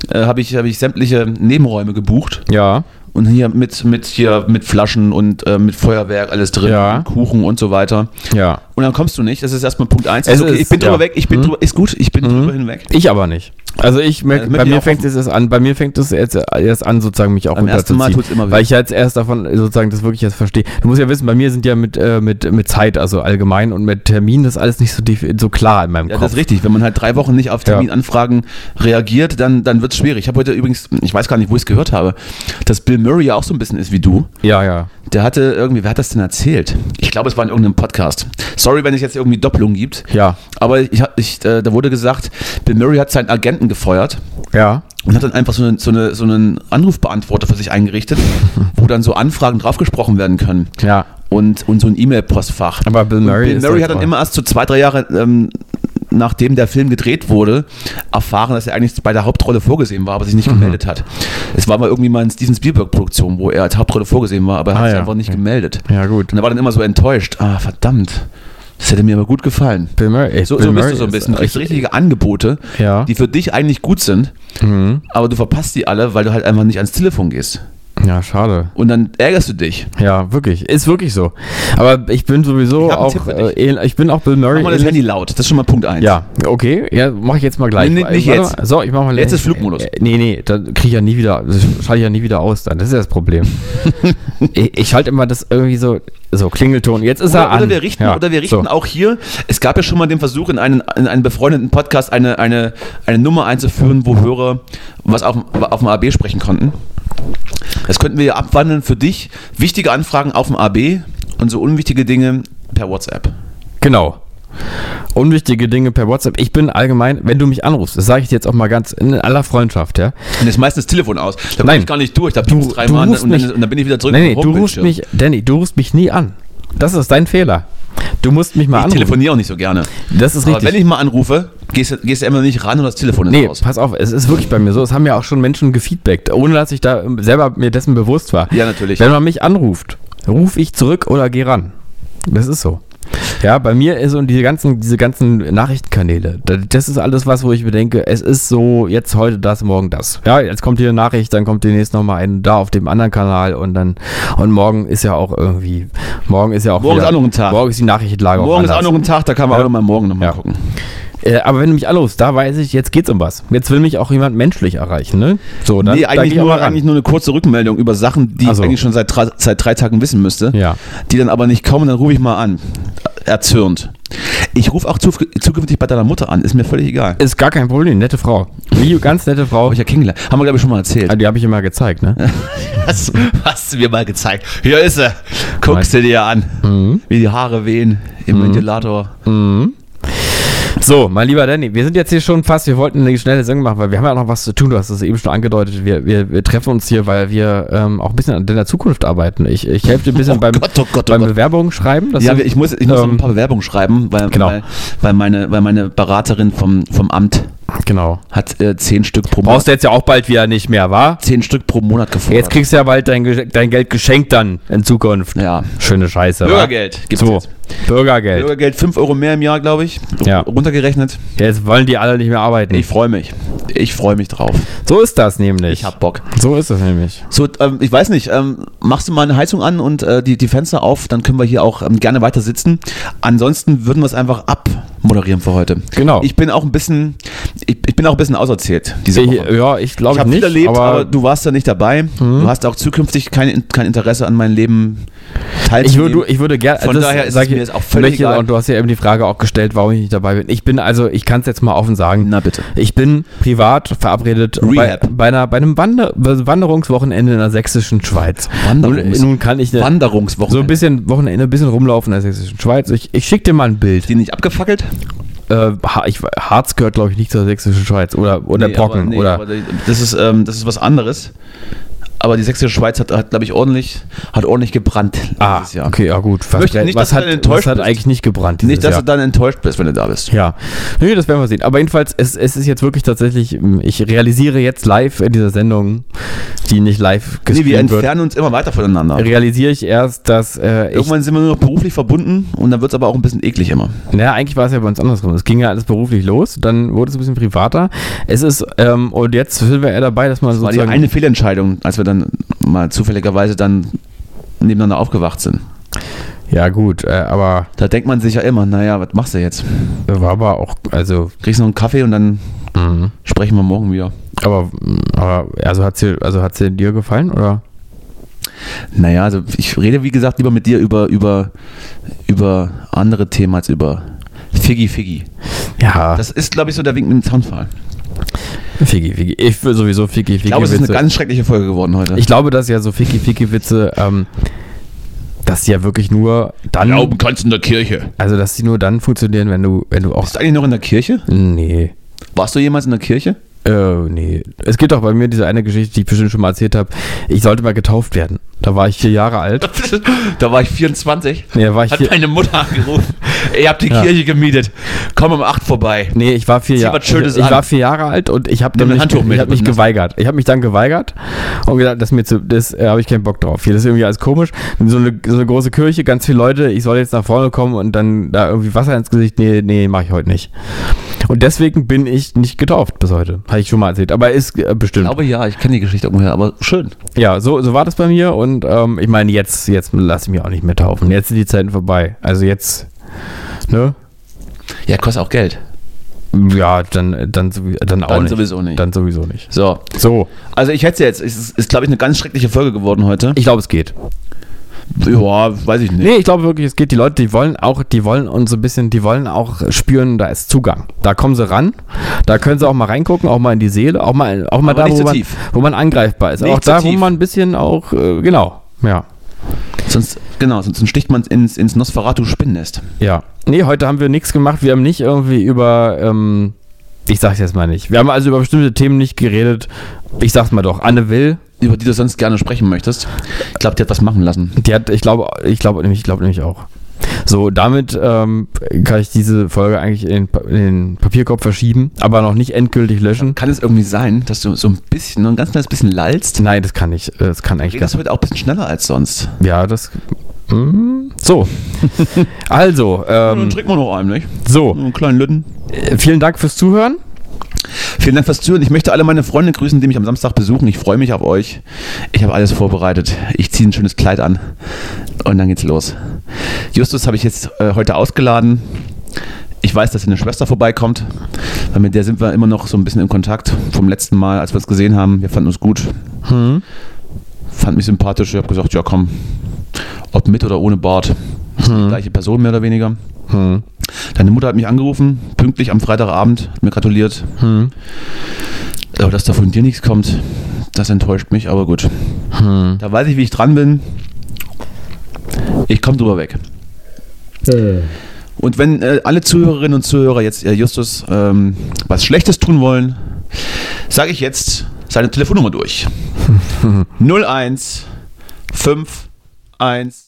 äh, habe ich, habe ich sämtliche Nebenräume gebucht. Ja, Und hier mit, mit, hier mit Flaschen und äh, mit Feuerwerk, alles drin, Ja. und Kuchen und so weiter. ja. Und dann kommst du nicht. Das ist erstmal Punkt 1. Es ich ist- bin drüber ja. Mhm. weg, ich bin drüber, ist gut, ich bin drüber hinweg. Ich aber nicht. Also ich merk, Also mit bei mir mir auch fängt es erst an, bei mir fängt es jetzt erst an, sozusagen mich auch Beim ersten Mal runterzuziehen. tut's immer weh. Weil ich jetzt erst davon sozusagen das wirklich jetzt verstehe. Du musst ja wissen, bei mir sind ja mit, äh, mit, mit Zeit, also allgemein und mit Termin, das alles nicht so, defi- so klar in meinem Ja, Kopf. das ist richtig. Wenn man halt drei Wochen nicht auf Ja. Terminanfragen reagiert, dann, dann wird es schwierig. Ich habe heute übrigens, ich weiß gar nicht, wo ich es gehört habe, dass Bill Murray ja auch so ein bisschen ist wie du. Ja, ja. Der hatte irgendwie, wer hat das denn erzählt? Ich glaube, es war in irgendeinem Podcast. Sorry, wenn es jetzt irgendwie Doppelungen gibt. Ja. Aber ich, hab- ich, äh, da wurde gesagt, Bill Murray hat seinen Agenten gefeuert. Ja. und hat dann einfach so, eine, so, eine, so einen Anrufbeantworter für sich eingerichtet, wo dann so Anfragen draufgesprochen werden können. Ja. Und, und so ein E-Mail-Postfach. Aber Bill Und Murray Ähm, Bill ist Murray halt hat dann auch- immer erst so zwei, drei Jahre, ähm, nachdem der Film gedreht wurde, erfahren, dass er eigentlich bei der Hauptrolle vorgesehen war, aber sich Mhm. nicht gemeldet hat. Es war mal irgendwie mal in Steven Spielberg-Produktion, wo er als Hauptrolle vorgesehen war, aber er hat Ah, sich ja. einfach nicht Ja. gemeldet. Ja, gut. Und er war dann immer so enttäuscht. Ah, verdammt. Das hätte mir aber gut gefallen. Bill Murray. ey, So, Bill so bist Murray du so ein ist- bisschen. Du kriegst richtige Angebote, Ja. Mhm. die für dich eigentlich gut sind, aber du verpasst die alle, weil du halt einfach nicht ans Telefon gehst. Ja, schade. Und dann ärgerst du dich. Ja, wirklich. Ist wirklich so. Aber ich bin sowieso Ich hab einen auch. Tipp für äh, ähn- ich bin auch Bill Murray. Mach mal das ähnlich. Handy laut. Das ist schon mal Punkt 1. Ja, okay. Ja, mache ich jetzt mal gleich. Nee, nee, nicht Warte jetzt. Mal. So, ich mache mal Jetzt ist Flugmodus. Äh, Nee, nee, dann kriege ich ja nie wieder, das schalte ich ja nie wieder aus dann. Das ist ja das Problem. ich ich schalte immer das irgendwie so, so Klingelton. Jetzt ist er Oder, an. oder wir richten, ja, oder wir richten so. auch hier, es gab ja schon mal den Versuch, in einen, in einen befreundeten Podcast eine, eine, eine Nummer einzuführen, wo Hörer was auf, dem- auf dem AB sprechen konnten. Das könnten wir ja abwandeln für dich. Wichtige Anfragen auf dem AB und so unwichtige Dinge per WhatsApp. Genau. Unwichtige Dinge per WhatsApp. Ich bin allgemein, wenn du mich anrufst, das sage ich dir jetzt auch mal ganz in aller Freundschaft, ja. Und jetzt meistens das Telefon aus. Da komme Nein. ich gar nicht durch. Da Du- piepst du dreimal und, rufst dann- mich- und dann bin ich wieder zurück. Nee, nee, auf dem du rufst Bildschirm. mich, Danny, du rufst mich nie an. Das ist dein Fehler. Du musst mich mal Ich anrufen. telefoniere auch nicht so gerne. Das ist Aber richtig. wenn ich mal anrufe, gehst du gehst du immer nicht ran und das Telefon ist Nee, aus. pass auf, es ist wirklich bei mir so. Es haben ja auch schon Menschen gefeedbackt, ohne dass ich da selber mir dessen bewusst war. Ja, natürlich. Wenn man mich anruft, ruf ich zurück oder geh ran. Das ist so. Ja, bei mir ist und diese ganzen, diese ganzen Nachrichtenkanäle, da- das ist alles was, wo ich mir denke, es ist so, jetzt heute das, morgen das. Ja, jetzt kommt hier eine Nachricht, dann kommt demnächst nochmal ein da auf dem anderen Kanal und dann, und morgen ist ja auch irgendwie, morgen ist ja auch Morgen ist wieder, auch noch ein Tag. Morgen ist die Nachrichtenlage Morgen ist anders. auch noch ein Tag, da kann man Ja. auch noch mal morgen nochmal Ja. gucken. Äh, aber wenn du mich anrufst, da weiß ich, jetzt geht's um was. Jetzt will mich auch jemand menschlich erreichen, ne? So, dann, nee, da eigentlich geh ich auch nur, mal ran. eigentlich nur eine kurze Rückmeldung über Sachen, die Ach so. ich eigentlich schon seit, drei- seit drei Tagen wissen müsste, Ja. die dann aber nicht kommen, dann rufe ich mal an. Erzürnt. Ich rufe auch zuf- zukünftig bei deiner Mutter an, ist mir völlig egal. Ist gar kein Problem, nette Frau. Wie, ganz nette Frau. Hab ich ja kennengelernt. Haben wir, glaube ich, schon mal erzählt. Ah, die habe ich immer gezeigt, ne? Hast, hast du mir mal gezeigt. Hier ist er. Guckst du dir an. Mhm. Wie die Haare wehen im Ventilator. So, mein lieber Danny, wir sind jetzt hier schon fast, wir wollten eine schnelle Sendung machen, weil wir haben ja noch was zu tun, du hast es eben schon angedeutet. Wir, wir, wir treffen uns hier, weil wir ähm, auch ein bisschen an deiner Zukunft arbeiten. Ich, ich helfe dir ein bisschen Oh beim, Gott, oh Gott, oh beim Gott. Bewerbung schreiben. Das Ja, ist- wir- ich muss, ich muss noch ähm, ein paar Bewerbungen schreiben, weil, genau. weil, weil, meine, weil meine Beraterin vom, vom Amt Genau. hat äh, zehn, Stück pro Monat, Brauchst du jetzt ja auch bald wieder nicht mehr, wa? zehn Stück pro Monat gefordert. Jetzt kriegst du ja bald dein, Ge- dein Geld geschenkt dann in Zukunft. Ja. Schöne Scheiße. wa? Bürgergeld gibt's So, jetzt. Bürgergeld. Bürgergeld 5 Euro mehr im Jahr, glaube ich. Ja. Hm. Runtergerechnet. Jetzt wollen die alle nicht mehr arbeiten. Ich freue mich. Ich freue mich drauf. so ist das nämlich. Ich hab Bock. so ist das nämlich. So, ähm, ich weiß nicht, ähm, machst du mal eine Heizung an und äh, die, die Fenster auf, dann können wir hier auch ähm, gerne weiter sitzen. Ansonsten würden wir es einfach abmoderieren für heute. Genau. Ich bin auch ein bisschen, ich, ich bin auch ein bisschen auserzählt diese Ich, Woche. ja, ich glaube Ich ich habe nicht. viel erlebt, aber, aber Mhm. du warst da nicht dabei. Du hast auch zukünftig kein, kein Interesse an meinem Leben teilzunehmen. ich würde, ich würde also gerne. Von daher ist es mir jetzt auch völlig egal. Und du hast ja eben die Frage auch gestellt, warum ich nicht dabei bin. Ich bin also, ich kann es jetzt mal offen sagen. Na bitte. Ich bin privat verabredet bei, Rehab. bei, einer, bei einem Wander Wanderungswochenende in der sächsischen Schweiz. Wanderungs- Nun, nun kann ich ne, Wanderungswoche. so ein bisschen Wochenende, ein bisschen rumlaufen in der sächsischen Schweiz. Ich, ich schicke dir mal ein Bild. die nicht abgefackelt? Äh, Ha- ich, Harz gehört, glaube ich, nicht zur sächsischen Schweiz oder, oder Nee, Brocken. aber, nee, oder Aber die- das, ist, ähm, das ist was anderes. Aber die Sächsische Schweiz hat, hat glaube ich, ordentlich, hat ordentlich gebrannt Ah, dieses Jahr. okay, ja gut. Fast Möchte gleich. nicht, was dass du hat, dann enttäuscht was hat bist. eigentlich nicht gebrannt dieses Nicht, dass Jahr? du dann enttäuscht bist, wenn du da bist. ja, nee, das werden wir sehen. Aber jedenfalls, es, es ist jetzt wirklich tatsächlich, ähm, ich realisiere jetzt live in dieser Sendung, die nicht live Nee, wir gespielt wird, entfernen uns immer weiter voneinander. realisiere ich erst, dass äh, ich, Irgendwann sind wir nur noch beruflich verbunden und dann wird es aber auch ein bisschen eklig immer. naja, eigentlich war es ja bei uns andersrum. Es ging ja alles beruflich los, dann wurde es ein bisschen privater. Es ist, ähm, und jetzt sind wir eher dabei, dass man War die sozusagen... eine Fehlentscheidung, als wir dann mal zufälligerweise dann nebeneinander aufgewacht sind. ja gut, äh, aber äh, Da denkt man sich ja immer, naja, was machst du jetzt? war aber auch, also... Kriegst noch einen Kaffee und dann mhm. sprechen wir morgen wieder. Aber, aber also hat sie, also hat's dir- dir gefallen, oder? Naja, also ich rede wie gesagt lieber mit dir über, über, über andere Themen als über Figgy Figgy. Ja. Das ist, glaube ich, so der Wink mit dem Zaunfall. Fiki, Fiki. Ich will sowieso Fiki, Fiki. Ich glaube, es ist eine Witze. ganz schreckliche Folge geworden heute. ich glaube, dass ja so Fiki, Fiki Witze, ähm, dass die ja wirklich nur dann, kannst in der Kirche. also dass die nur dann funktionieren, wenn du, wenn du auch, Bist du eigentlich noch in der Kirche? nee, Warst du jemals in der Kirche? äh, nee. Es gibt auch bei mir diese eine Geschichte, die ich bestimmt schon mal erzählt habe. Ich sollte mal getauft werden. Da war ich vier Jahre alt. da war ich 24. Nee, da war ich vier, meine Mutter angerufen. Ihr habt die Ja. Kirche gemietet. Komm um 8 vorbei. Nee, ich war vier Zieh Jahre was Schönes ich, ich an. war vier Jahre alt und ich habe Nimm ein mich, Handtuch mit. ich hab mich geweigert. Ich habe mich dann geweigert und gedacht, das ist mir zu, das äh, habe ich keinen Bock drauf. Hier das ist irgendwie alles komisch. So eine, so eine große Kirche, ganz viele Leute. Ich soll jetzt nach vorne kommen und dann da irgendwie Wasser ins Gesicht. Nee, nee, mache ich heute nicht. Und deswegen bin ich nicht getauft bis heute. Habe ich schon mal erzählt. Aber ist äh, Ich bestimmt. glaube ja, ich kenne die Geschichte irgendwoher, aber schön. Ja, so, so war das bei mir. Und ähm, ich meine, jetzt, jetzt lasse ich mich auch nicht mehr taufen. Jetzt sind die Zeiten vorbei. Also jetzt, ne? Ja, kostet auch Geld. Ja, dann, dann, sowie- dann auch Dann nicht. sowieso nicht. Dann sowieso nicht. So, So, also ich hätte es jetzt, es ist, ist glaube ich eine ganz schreckliche Folge geworden heute. ich glaube, es geht. Ja, weiß ich nicht. Nee, ich glaube wirklich, es geht. Die Leute, die wollen auch, die wollen uns so ein bisschen, die wollen auch spüren, da ist Zugang. Da kommen sie ran, da können sie auch mal reingucken, auch mal in die Seele, auch mal, auch mal Aber da, nicht wo zu man, tief. wo man angreifbar ist. Nicht auch zu da, wo tief. man ein bisschen auch, äh, genau, ja. Sonst, genau, sonst sticht man ins, ins Nosferatu-Spinnennest. Ja. Nee, heute haben wir nichts gemacht. Wir haben nicht irgendwie über, ähm, ich sag's jetzt mal nicht. Wir haben also über bestimmte Themen nicht geredet. Ich sag's mal doch. Anne Will, Über die du sonst gerne sprechen möchtest. Ich glaube, die hat was machen lassen. die hat, ich glaube, ich glaube nämlich, ich glaube nämlich auch. So, damit ähm, kann ich diese Folge eigentlich in den, Pa- in den Papierkorb verschieben, aber noch nicht endgültig löschen. Kann es irgendwie sein, dass du so ein bisschen, nur ein ganz kleines bisschen lallst? Nein, das kann ich. Das kann eigentlich Redest gar du heute auch ein bisschen schneller als sonst? Ja, das. Mm, so. also, ähm, trinken wir noch einen, nicht? so. Einen kleinen Lütten. Äh, Vielen Dank fürs Zuhören. Vielen Dank fürs Zuhören. Ich möchte alle meine Freunde grüßen, die mich am Samstag besuchen. Ich freue mich auf euch. Ich habe alles vorbereitet. Ich ziehe ein schönes Kleid an und dann geht's los. Justus habe ich jetzt äh, heute ausgeladen. Ich weiß, dass seine Schwester vorbeikommt, weil mit der sind wir immer noch so ein bisschen im Kontakt vom letzten Mal, als wir uns gesehen haben. Wir fanden uns gut, Hm, fand mich sympathisch. Ich habe gesagt, ja komm, ob mit oder ohne Bart, ist die gleiche Person mehr oder weniger. Hm. Deine Mutter hat mich angerufen, pünktlich am Freitagabend, hat mir gratuliert. Hm. Aber dass da von dir nichts kommt, das enttäuscht mich, aber gut. Hm. Da weiß ich, wie ich dran bin. Ich komme drüber weg. Und wenn äh, alle Zuhörerinnen und Zuhörer jetzt äh, Justus ähm, was Schlechtes tun wollen, sage ich jetzt seine Telefonnummer durch. 01 51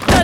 Da